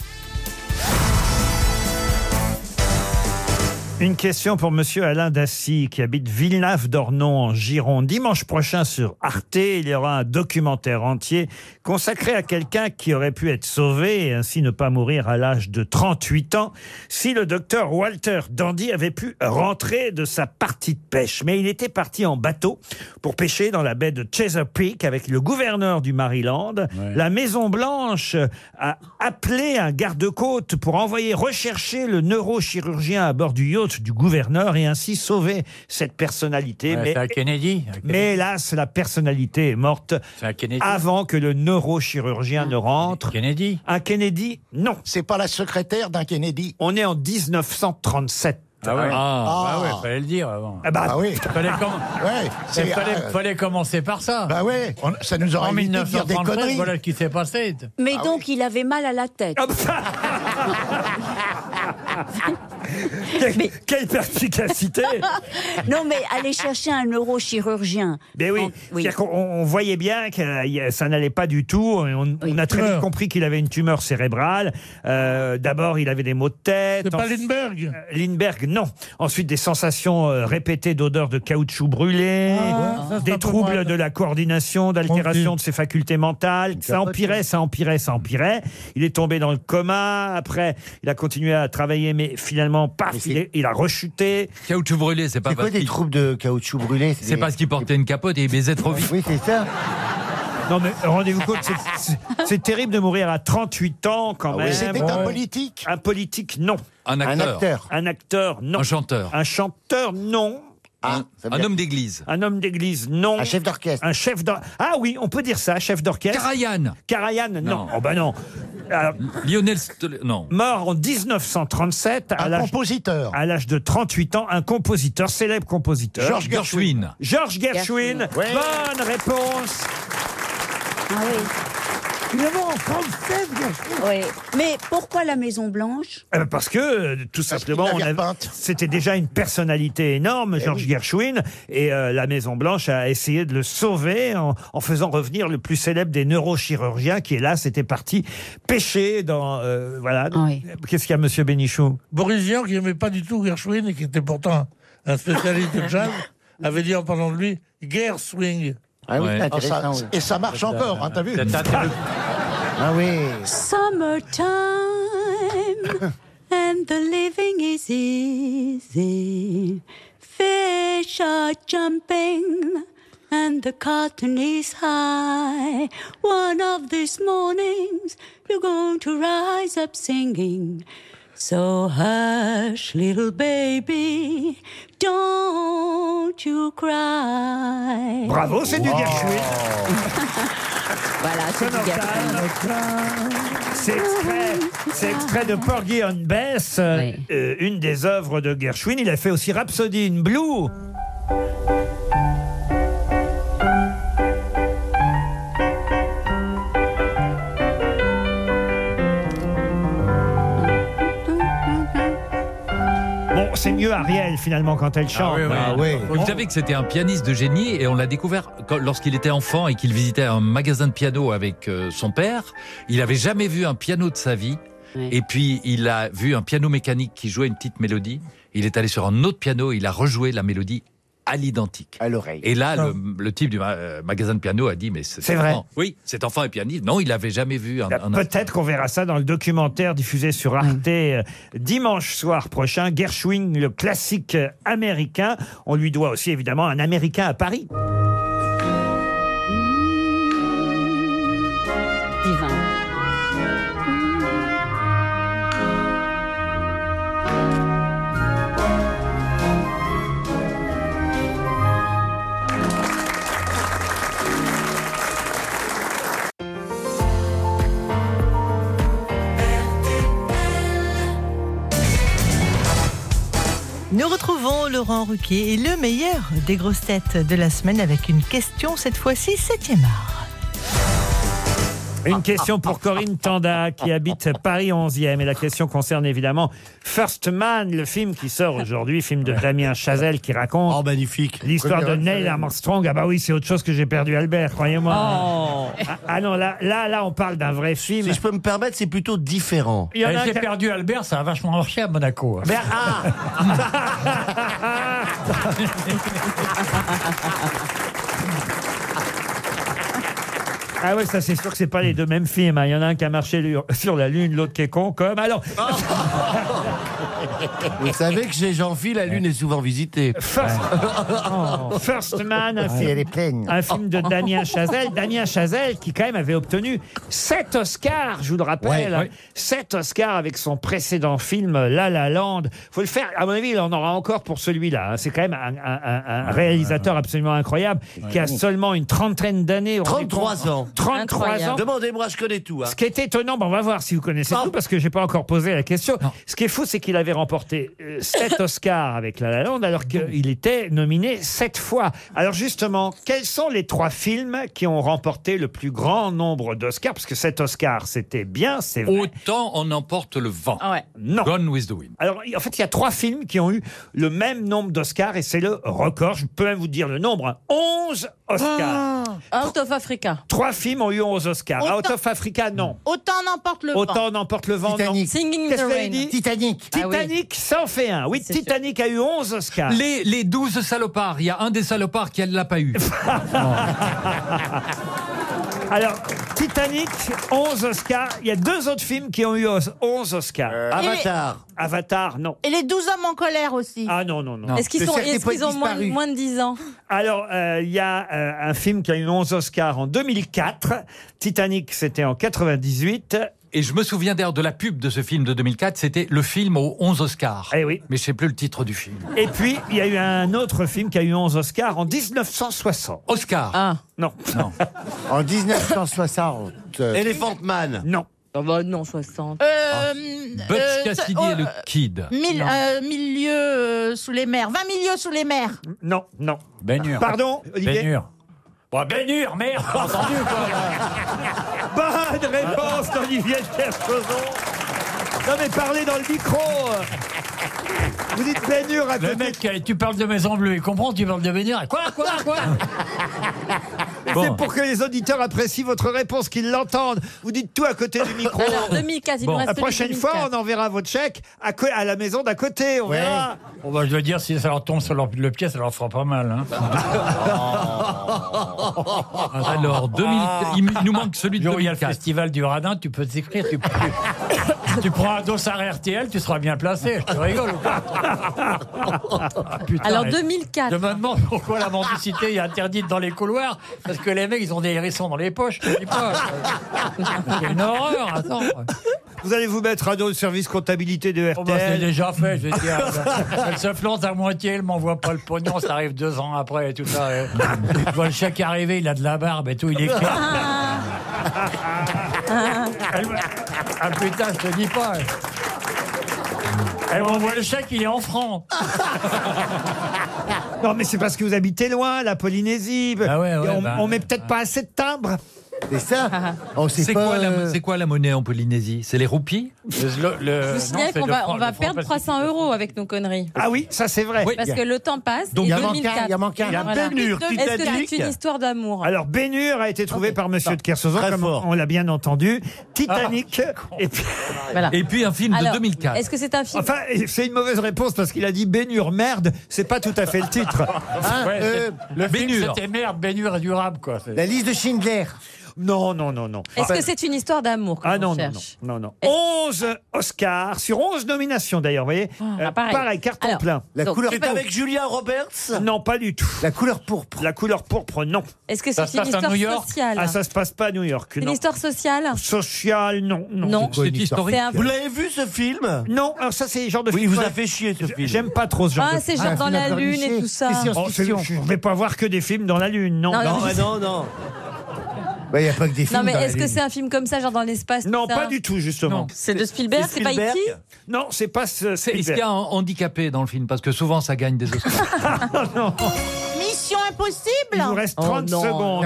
C: Une question pour Monsieur Alain Dassy, qui habite Villeneuve-d'Ornon, en Gironde. Dimanche prochain sur Arte, il y aura un documentaire entier consacré à quelqu'un qui aurait pu être sauvé et ainsi ne pas mourir à l'âge de 38 ans si le docteur Walter Dandy avait pu rentrer de sa partie de pêche. Mais il était parti en bateau pour pêcher dans la baie de Chesapeake avec le gouverneur du Maryland. La Maison Blanche a appelé un garde-côte pour envoyer rechercher le neurochirurgien à bord du yacht du gouverneur et ainsi sauver cette personnalité.
I: Ouais, c'est un Kennedy.
C: mais hélas, la personnalité est morte avant que le neurochirurgien ne rentre.
I: Ah, Kennedy
C: Un Kennedy Non.
F: C'est pas la secrétaire d'un Kennedy.
C: On est en 1937.
I: Ah ouais. Ah,
F: Ah.
I: bah ouais, fallait le dire avant.
C: Ah bah- Ah oui.
I: Fallait, com-
F: Ouais, c'est-
I: Eh, fallait,
F: euh,
I: fallait commencer par ça.
F: Bah ouais, on- ça nous aurait
I: En
F: évité de dire des
I: 1933,
F: conneries.
I: Voilà ce qui s'est passé.
T: Mais
C: Ah
T: donc, il avait mal à la tête.
C: bah, Quelle, quelle perspicacité
T: non, mais aller chercher un neurochirurgien.
C: Ben oui, C'est-à-dire qu'on- on, on voyait bien que euh, y- ça n'allait pas du tout. et On, on a très vite compris qu'il avait une tumeur cérébrale. Euh, D'abord, il avait des maux de tête.
A: C'est pas
C: Ensuite-
A: Lindbergh
C: Euh, Lindbergh, non. Ensuite, des sensations euh, répétées d'odeur de caoutchouc brûlé,
A: Ah, ça, c'est un
C: des
A: peu
C: troubles
A: moins.
C: de la coordination, d'altération de ses facultés mentales. Ça empirait, ça empirait, ça empirait. Il est tombé dans le coma. Après, il a continué à travailler, mais finalement, paf, il, est- il a rechuté.
Q: Caoutchouc brûlé, c'est pas
F: C'est quoi
Q: parce
F: des
Q: qu'il
F: troupes de caoutchouc brûlé
Q: c'est parce qu'il portait une capote et il baisait trop vite.
F: Ah Oui, c'est ça.
C: Non, mais rendez-vous compte, c'est- c'est- c'est terrible de mourir à 38 ans quand
F: Ah oui.
C: même.
F: C'était un Ouais. politique
C: Un politique, non.
Q: Un acteur.
C: Un acteur, non. Un
Q: chanteur.
C: Un chanteur, non.
Q: Un homme d'église.
C: Un homme d'église, non. Un chef d'orchestre. Un chef d'or- Ah oui, on peut dire ça, chef d'orchestre.
Q: Karajan.
C: Karajan, non.
Q: Non.
C: Oh bah non. Alors,
Q: Lionel Stol- Non.
C: Mort en 1937. Un compositeur. À l'âge de 38 ans, un compositeur, célèbre compositeur.
Q: George Gershwin.
C: George Gershwin.
Q: Ouais.
C: Bonne réponse.
T: Ah oui.
C: Il avait en 37,
T: Oui. Mais pourquoi la Maison-Blanche
C: Eh ben, Parce que, euh, tout simplement, on avait- c'était déjà une personnalité énorme, Georges Gershwin, et euh, la Maison-Blanche a essayé de le sauver en, en faisant revenir le plus célèbre des neurochirurgiens qui, hélas, était parti pêcher dans... euh, voilà. Qu'est-ce qu'il y a, monsieur Bénichou
A: Boris Vian, qui n'aimait pas du tout Gershwin et qui était pourtant un spécialiste de jazz, avait dit en parlant de lui Gershwin.
F: Ah oui, Ouais. c'est intéressant,
A: Ah, ça-
F: oui.
A: encore, hein, t'as vu
F: Ah oui.
T: Summertime and the living is easy. Fish are jumping and the cotton is high. One of these mornings you're going to rise up singing. So hush, little baby, don't you cry.
C: Bravo, c'est du Gershwin.
T: Voilà, c'est du
C: C'est extrait, c'est extrait de Porgy and Bess, euh, euh, une des œuvres de Gershwin. Il a fait aussi Rhapsody in Blue. Bon, C'est mieux Ariel finalement quand elle chante.
Q: Ah Vous savez que c'était un pianiste de génie et on l'a découvert quand- lorsqu'il était enfant et qu'il visitait un magasin de piano avec euh, son père. Il n'avait jamais vu un piano de sa vie. Et puis il a vu un piano mécanique qui jouait une petite mélodie. Il est allé sur un autre piano, il a rejoué la mélodie à l'identique. À l'oreille. Et là, le, le type du ma- euh, magasin de piano a dit Mais cet
C: Ah. C'est vrai.
Q: enfant- Oui, cet enfant est pianiste. Non, il n'avait jamais vu un. un-
C: Peut-être qu'on verra ça dans le documentaire diffusé sur Arte euh, dimanche soir prochain. Gershwin, le classique euh, américain. On lui doit aussi évidemment un Américain à Paris.
B: Nous retrouvons Laurent Ruquier et le meilleur des grosses têtes de la semaine avec une question, cette fois-ci 7e art.
C: Une question pour Corinne Tanda qui habite Paris 11e et la question concerne évidemment First Man, le film qui sort aujourd'hui, film de Damien Chazelle qui raconte l'histoire de
R: Première
C: Neil
R: Oh, Chazelle.
C: Armstrong. Ah bah oui, c'est autre chose que j'ai perdu Albert, croyez-moi.
I: Oh.
C: Ah, ah non, là, là, là, on parle d'un vrai film. Si je peux me permettre, c'est plutôt différent. Il y en a
I: Eh, J'ai
C: qui-
I: perdu Albert, ça a vachement marché à Monaco.
C: Ben, Ah ouais, ça c'est sûr que c'est pas les deux mêmes films. hein. Il y en a un qui a marché lu- sur la lune, l'autre qui est con comme. Alors,
R: Vous savez que chez Jean-Phil, la lune est souvent visitée.
C: First Man, un
R: Oh. Ah, elle est
C: film, un film de Damien Chazelle. Damien Chazelle qui quand même avait obtenu 7 Oscars, je vous le rappelle.
R: Ouais, ouais.
C: 7 Oscars avec son précédent film La La Land. Faut le faire, à mon avis, il en aura encore pour celui-là. hein. C'est quand même un, un- un- un réalisateur absolument incroyable qui a seulement une trentaine d'années. on est
R: 33
C: con-
R: ans.
C: 33 ans.
R: Demandez-moi, je connais tout. hein.
C: Ce qui est étonnant, bon, on va voir si vous connaissez tout, parce que j'ai pas encore posé la question. Ce qui est fou, c'est qu'il avait remporté 7 Oscars avec La La Land, alors qu'il était nominé 7 fois. Alors justement, quels sont les trois films qui ont remporté le plus grand nombre d'Oscars Parce que 7 Oscars, c'était bien, c'est vrai.
Q: Autant on emporte le vent.
C: Non.
Q: Gone with the wind.
C: Alors, en fait, il y a trois films qui ont eu le même nombre d'Oscars, et c'est le record. Je peux même vous dire le nombre. hein. 11 Oscars.
H: Ah. Out of Africa.
C: Trois films ont eu 11 Oscars. Ah,
H: Autant-
C: Out of Africa, non.
H: Autant n'emporte le
C: Autant
H: vent.
C: n'emporte le vent.
H: Titanic.
C: non.
H: Singing
C: Qu'est-ce
H: in the
C: que j'avais
H: Rain.
C: dit
Q: Titanic. Ah oui.
C: Titanic, ça en fait un. Oui, Titanic a eu 11 Oscars.
Q: Les, les 12 salopards, il y a un des salopards qui ne l'a pas eu.
C: Alors, Titanic, 11 Oscars. Il y a deux autres films qui ont eu os- 11 Oscars.
H: Avatar.
C: Avatar, non.
H: Et les 12 hommes en colère aussi.
C: Ah non, non, non.
H: Est-ce qu'ils sont- est-ce qu'ils ont moins, moins de 10 ans
C: Alors, euh, il y a euh, un film qui a eu 11 Oscars en 2004. Titanic, c'était en 98.
Q: Et je me souviens d'ailleurs de la pub de ce film de 2004, c'était le film aux 11 Oscars.
C: Eh oui.
Q: Mais je sais plus le titre du film.
C: Et puis, il y a eu un autre film qui a eu 11 Oscars en 1960.
Q: Oscar.
H: Ah.
C: Non.
F: En 1960.
R: Elephant Man.
C: Non.
H: Oh, bah non, 60.
C: Ah.
H: euh,
Q: Butch Cassidy et le Kid.
H: oh, Mille, euh, mille lieues euh, sous les mers. 20 milieux sous les mers.
C: Non, non.
I: Baignure.
C: Pardon, Olivier
I: Baignure. Bon, baignure, merde, t'as entendu quoi
C: Bonne réponse d'Olivier Kersauzon. Non mais parlez dans le micro. Vous dites baignure à
I: Le mec, euh, tu parles de Maison Bleue, il comprend, tu parles de baignure. Quoi, quoi, quoi
C: C'est pour que les auditeurs apprécient votre réponse, qu'ils l'entendent. Vous dites tout à côté du micro.
H: Alors, 2004, il nous reste
C: La
H: celui
C: prochaine
H: 2004.
C: fois, on enverra votre chèque à, co- à la maison d'à côté. On verra.
I: Bon, bah, je dois dire, si ça leur tombe sur leur, le pied, ça leur fera pas mal. Hein.
Q: Alors, 2000, il nous manque celui de
I: Le jour où il y a
Q: 2004.
I: le festival du radin, tu peux t'écrire. Tu, tu- tu prends un dossard RTL, tu seras bien placé. Je te rigole ou pas Ah, putain,
H: Alors,
I: mais-
H: 2004.
I: Je me demande pourquoi la mendicité est interdite dans les couloirs. Parce que les mecs, ils ont des hérissons dans les poches. je te dis pas. Ah, bah, C'est une horreur. Attends.
C: Vous allez vous mettre à dos le service comptabilité de
I: Bon, bah, c'est
C: RTL.
I: déjà fait. Je veux dire, elle se plante à moitié, elle m'envoie pas le pognon, ça arrive deux ans après et tout ça. et- Je vois le chèque arriver, il a de la barbe et tout, il est clair. Elle me- Ah putain, je te dis pas. Elle m'envoie le chèque, il est en francs.
C: Non, mais c'est parce que vous habitez loin, la Polynésie.
I: Ah
C: Et on,
I: bah.
C: on met peut-être pas assez de timbres.
F: C'est ça
I: Ah,
F: On sait
Q: C'est
F: pas,
Q: quoi,
F: euh,
Q: la- c'est quoi la monnaie en Polynésie C'est les roupies
C: Euh,
P: Je vous signale qu'on va, on va perdre 300 euros avec nos conneries.
C: Ah oui, ça c'est vrai.
P: Parce que le temps passe.
C: Donc,
P: et
C: il y a manqué
P: 2004.
C: un, il y a manqué un. Il y a un Bénur qui
P: Est-ce que
C: t'indique.
P: c'est une histoire d'amour
C: Alors, Bénur a été trouvé par Monsieur de Kersauzon,
P: Très
C: comme on on l'a bien entendu. Titanic. et, puis...
P: Voilà.
Q: Et puis un film
P: Alors,
Q: de 2004.
P: Est-ce que c'est un film
C: Enfin, c'est une mauvaise réponse parce qu'il a dit Bénur, merde, c'est pas tout à fait le titre. Hein,
I: Ouais,
C: euh,
I: c'est- le film,
C: Bénur.
I: c'était merde, Bénure et durable, quoi. C'est-
C: liste de Schindler. Non, non, non, non.
P: Est-ce que c'est une histoire d'amour que
C: Ah
P: l'on
C: non, non, non,
P: cherche
C: non, non. 11 Oscars sur 11 nominations d'ailleurs, vous voyez. Euh,
P: Ah, pareil.
C: carton
P: Alors,
C: plein.
P: La donc, couleur c'est pourpre. avec
C: Julia Roberts Non, pas du tout. La couleur pourpre La couleur pourpre, non.
P: Est-ce que Ça c'est se une passe à histoire New York sociale
C: Ah, ça se passe pas à New York,
P: Une
C: non.
P: histoire sociale
C: Sociale, non. Non,
P: Non. C'est une histoire C'est un-
C: Vous l'avez vu ce film Non, alors ça c'est le genre de
R: Oui,
C: film.
R: il vous a fait chier, ce
C: J-
R: film.
C: J'aime pas trop ce genre
P: Ah,
C: de
P: c'est genre Ah, dans film la à Lune et tout ça. C'est
C: Oh, c'est-
P: science-fiction.
C: je vais pas voir que des films dans la Lune, non.
P: Non, Non, non, mais je-
R: non,
F: Bah, Il n'y a pas que des films.
P: Non, mais
F: dans la
P: est-ce que
F: vie.
P: c'est un film comme ça, genre dans l'espace
C: Non, pas du tout, justement.
P: C'est de Spielberg, c'est pas E.T.
C: Non, c'est pas ce-
Q: E C'est- Est-ce qu'il y a un handicapé dans le film Parce que souvent, ça gagne des Oscars.
H: Mission impossible
C: Il vous reste 30 secondes.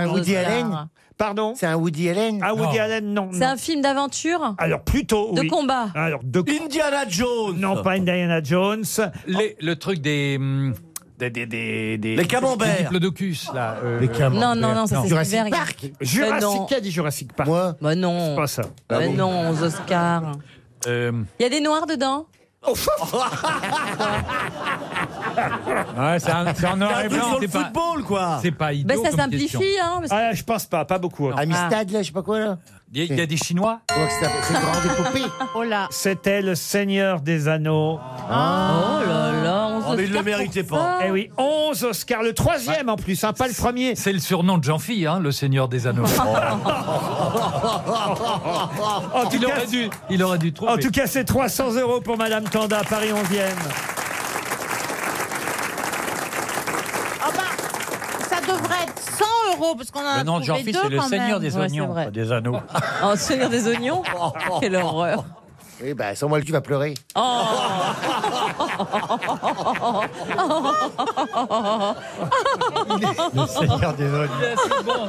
C: Pardon
F: C'est un Woody Allen
C: Ah, Woody Allen, non.
P: C'est un film d'aventure
C: Alors plutôt
P: De
C: oui.
P: combat.
C: Alors de Indiana Jones. Non pas Indiana Jones.
Q: Les- le truc des. hum, Des, des, des, des-
C: Les camemberts.
Q: des diplodocus, là. euh,
C: Les camemberts.
P: Non, non, non, ça c'est
C: Jurassic
P: Spielberg.
C: Park.
P: Mais
C: Jurassic,
P: Bah
C: Ah
P: non.
C: qui a dit Jurassic Park Moi.
P: Bah non.
C: C'est pas ça.
P: Bah non, aux Oscars.
Q: euh,
P: Il y a des noirs dedans
C: Oh.
Q: Ouais, c'est un- c'est en noir et blanc. C'est pas,
R: football, quoi.
Q: c'est pas idiot
P: Ben ça
Q: comme question.
P: simplifie, hein parce que- Ah.
C: Ah, je pense pas, pas beaucoup.
F: Amistad, là, je sais pas quoi, là
Q: Il y, a- il y a des Chinois
F: Comment que ça s'appelle C'est grande épopée.
H: Oh là
C: C'était le Seigneur des Anneaux.
P: Oh là là, on se
C: mais il le méritait pas. Eh oui, 11 Oscars, le troisième en plus, hein, pas le premier.
Q: Bah,
C: Oh.
Q: C'est le surnom de Jean-Fille, hein, le Seigneur des Anneaux. Oh,
C: En tout
Q: il,
C: cas-
Q: aurait dû, il aurait dû trouver.
C: En tout cas, c'est 300 euros pour Madame Tanda, Paris 11e.
H: Ah bah, ça devrait être 100 euros, parce qu'on a
I: Le nom de
H: trouvé
I: Jean-Fils,
H: Ah, deux
I: c'est le
H: quand même.
I: seigneur des
H: Ouais,
I: oignons,
H: c'est vrai.
I: pas des anneaux.
P: Oh, Seigneur des oignons Quelle horreur Oh.
F: Oui, bah, sans moi, le cul va pleurer.
P: Le
F: Seigneur des oignons.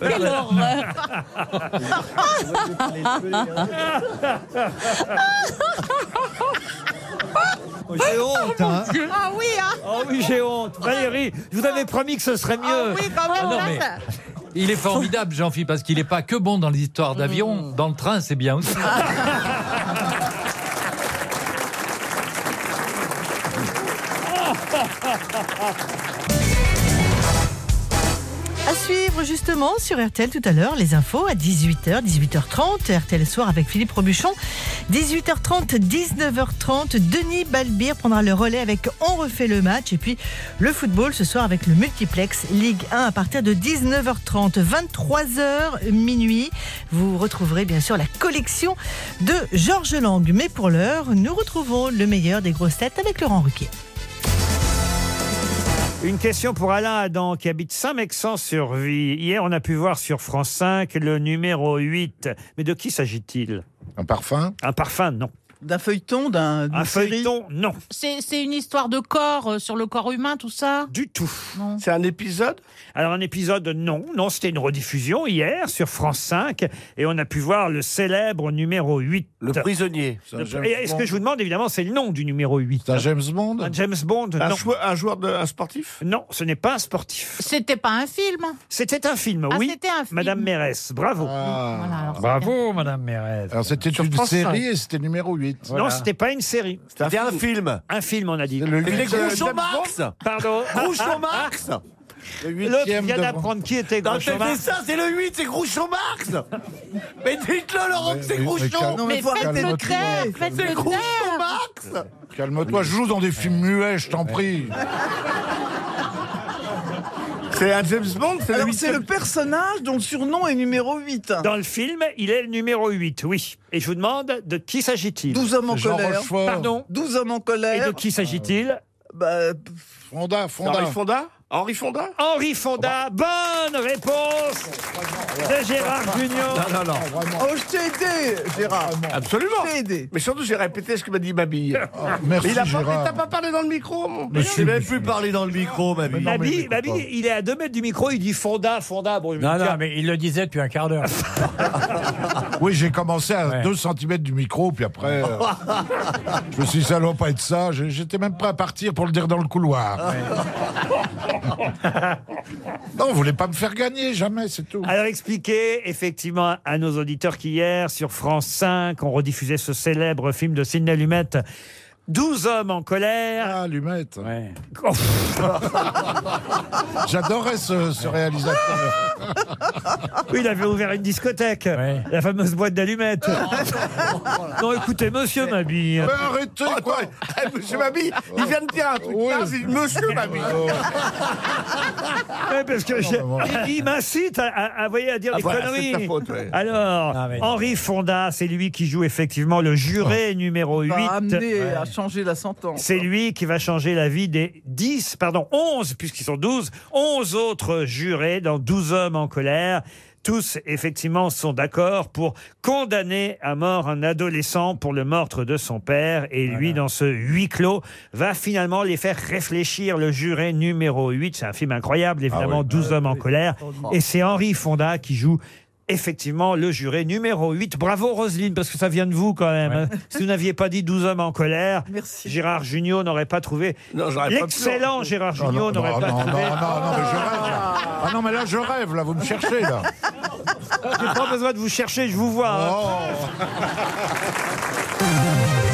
P: Quelle horreur
C: Oh, J'ai honte, hein.
H: Ah oui, hein
C: Oh oui, j'ai honte. Valérie, je vous avais promis que ce serait mieux.
H: Oui, quand même,
Q: Ah non,
H: là,
Q: mais-
H: ça-
Q: Il est formidable, Jean-Philippe, parce qu'il n'est pas que bon dans les histoires d'avion. Dans le train, c'est bien aussi.
B: À suivre justement sur RTL tout à l'heure, les infos à 18h, 18h30, RTL Soir avec Philippe Robuchon. 18h30, 19h30, Denis Balbir prendra le relais avec On refait le match. Et puis le football ce soir avec le multiplex Ligue 1 à partir de 19h30, 23h minuit. Vous retrouverez bien sûr la collection de Georges Lang. Mais pour l'heure, nous retrouvons le meilleur des grosses têtes avec Laurent Ruquier.
C: Une question pour Alain Adam qui habite Saint-Mexan-sur-Vie. Hier, on a pu voir sur France 5 le numéro 8. Mais de qui s'agit-il Un parfum Un parfum, non.
M: D'un feuilleton, d'un.
C: Un feuilleton, non.
H: C'est c'est une histoire de corps, euh, sur le corps humain, tout ça
C: Du tout. C'est un épisode Alors un épisode, non. Non, c'était une rediffusion hier sur France 5 et on a pu voir le célèbre numéro 8. Le prisonnier.
R: James
C: Et ce
R: Bond.
C: que je vous demande, évidemment, c'est le nom du numéro 8. Un James Bond Un James Bond,
R: Un
C: non.
R: chou-
C: un joueur, de, un sportif Non, ce n'est pas un sportif.
H: C'était pas un film
C: C'était un film,
H: Ah,
C: oui.
H: c'était un film.
C: Madame Mérès, bravo.
N: Ah.
H: Voilà, alors.
I: Bravo, Madame Mérez.
N: Alors, c'était
C: Sur
N: une
C: France
N: série
C: cinq.
N: et c'était numéro 8.
C: Non, c'était pas une série.
N: C'était un film.
C: Un film, on a dit.
N: Le huit
C: Les
N: de
C: Groucho
N: James
C: Marx
N: Bond
C: Pardon Ah,
R: Groucho Marx
C: L'autre vient d'apprendre qui était
R: Non,
C: Groucho
R: c'est
C: Marx.
R: ça, c'est le 8, c'est Groucho Marx Mais dites-le, Laurent, que c'est
N: mais- mais
R: Groucho
N: calme- Non, mais Mais faut faites-le arrêter de taire, dire. faites-le
R: C'est
N: taire.
R: Groucho Marx
N: Calme-toi, je joue dans des films muets, je t'en prie.
R: C'est un James Bond,
M: Alors, c'est le personnage dont le surnom est numéro 8.
C: Dans le film, il est le numéro 8, oui. Et je vous demande de qui s'agit-il
M: 12 hommes en colère.
C: Pardon
M: 12 hommes en colère.
C: Et de qui s'agit-il
M: Bah, pff,
N: Fonda,
M: Henri Fonda
C: Henri Fonda Henri Fonda, bonne réponse de Gérard Junior.
U: Non, non, non.
C: Oh, je t'ai aidé, Gérard.
R: Absolument. Mais surtout, j'ai répété ce que m'a dit ma bille.
C: merci,
R: il a
C: Gérard.
R: Pas, t'as pas parlé dans le micro, mon
C: Mais si,
R: Il n'a
C: mais
R: même plus parlé dans le micro, ma bille.
C: Ma bille, ma bille, il est à 2 mètres du micro, il dit Fonda, Fonda. Bon, je me
I: Non,
C: dis,
I: non, mais il le disait depuis un quart d'heure.
N: Oui, j'ai commencé à 2 cm du micro, puis après, euh, je me suis dit, ça doit pas être ça. J'ai- J'étais même prêt à partir pour le dire dans le couloir. non, vous voulez pas me faire gagner, jamais, c'est tout.
C: Alors expliquez effectivement à nos auditeurs qu'hier, sur France 5, on rediffusait ce célèbre film de Sidney Lumet. 12 hommes en colère. Ah,
N: Lumet. J'adorais ce, ce réalisateur.
C: Oui, il avait ouvert une discothèque. La fameuse boîte d'allumettes. non, écoutez, monsieur Mabille.
N: Mais arrêtez, quoi
R: Eh, Monsieur Mabille, il vient de dire un truc. naze, il dit Monsieur Mabille.
C: Ouais, parce que j'ai- il, il m'incite à, à- à, voyez, à dire
R: Ah
C: des
R: voilà, c'est
C: conneries.
R: de ta faute, ouais.
C: Alors,
R: Ah, mais- Ah.
C: Henri Fonda, c'est lui qui joue effectivement le juré numéro 8.
M: va amener à changer la sentence.
C: C'est lui qui va changer la vie des 10, pardon, 11, puisqu'ils sont 12, 11 autres jurés dans 12 hommes en colère. Tous, effectivement, sont d'accord pour condamner à mort un adolescent pour le meurtre de son père. Et lui, dans ce huis clos, va finalement les faire réfléchir. Le juré numéro 8, c'est un film
R: Ah
C: incroyable, évidemment, 12 hommes en colère. Et c'est Henri Fonda qui joue effectivement le juré numéro 8. Bravo Roselyne, parce que ça vient de vous quand même. hein. Si vous n'aviez pas dit 12 hommes en colère, Gérard Jugnot n'aurait pas trouvé.
R: Non, j'aurais pas pu.
C: L'excellent Gérard
N: hein. Oh, Non, non,
C: Jugnot n'aurait
N: non,
C: pas
N: non,
C: trouvé.
N: non, non, non, mais je rêve, là. Ah non, mais là, je rêve, là, vous me cherchez, là.
R: Oh.
C: J'ai pas besoin de vous chercher, je vous vois. hein.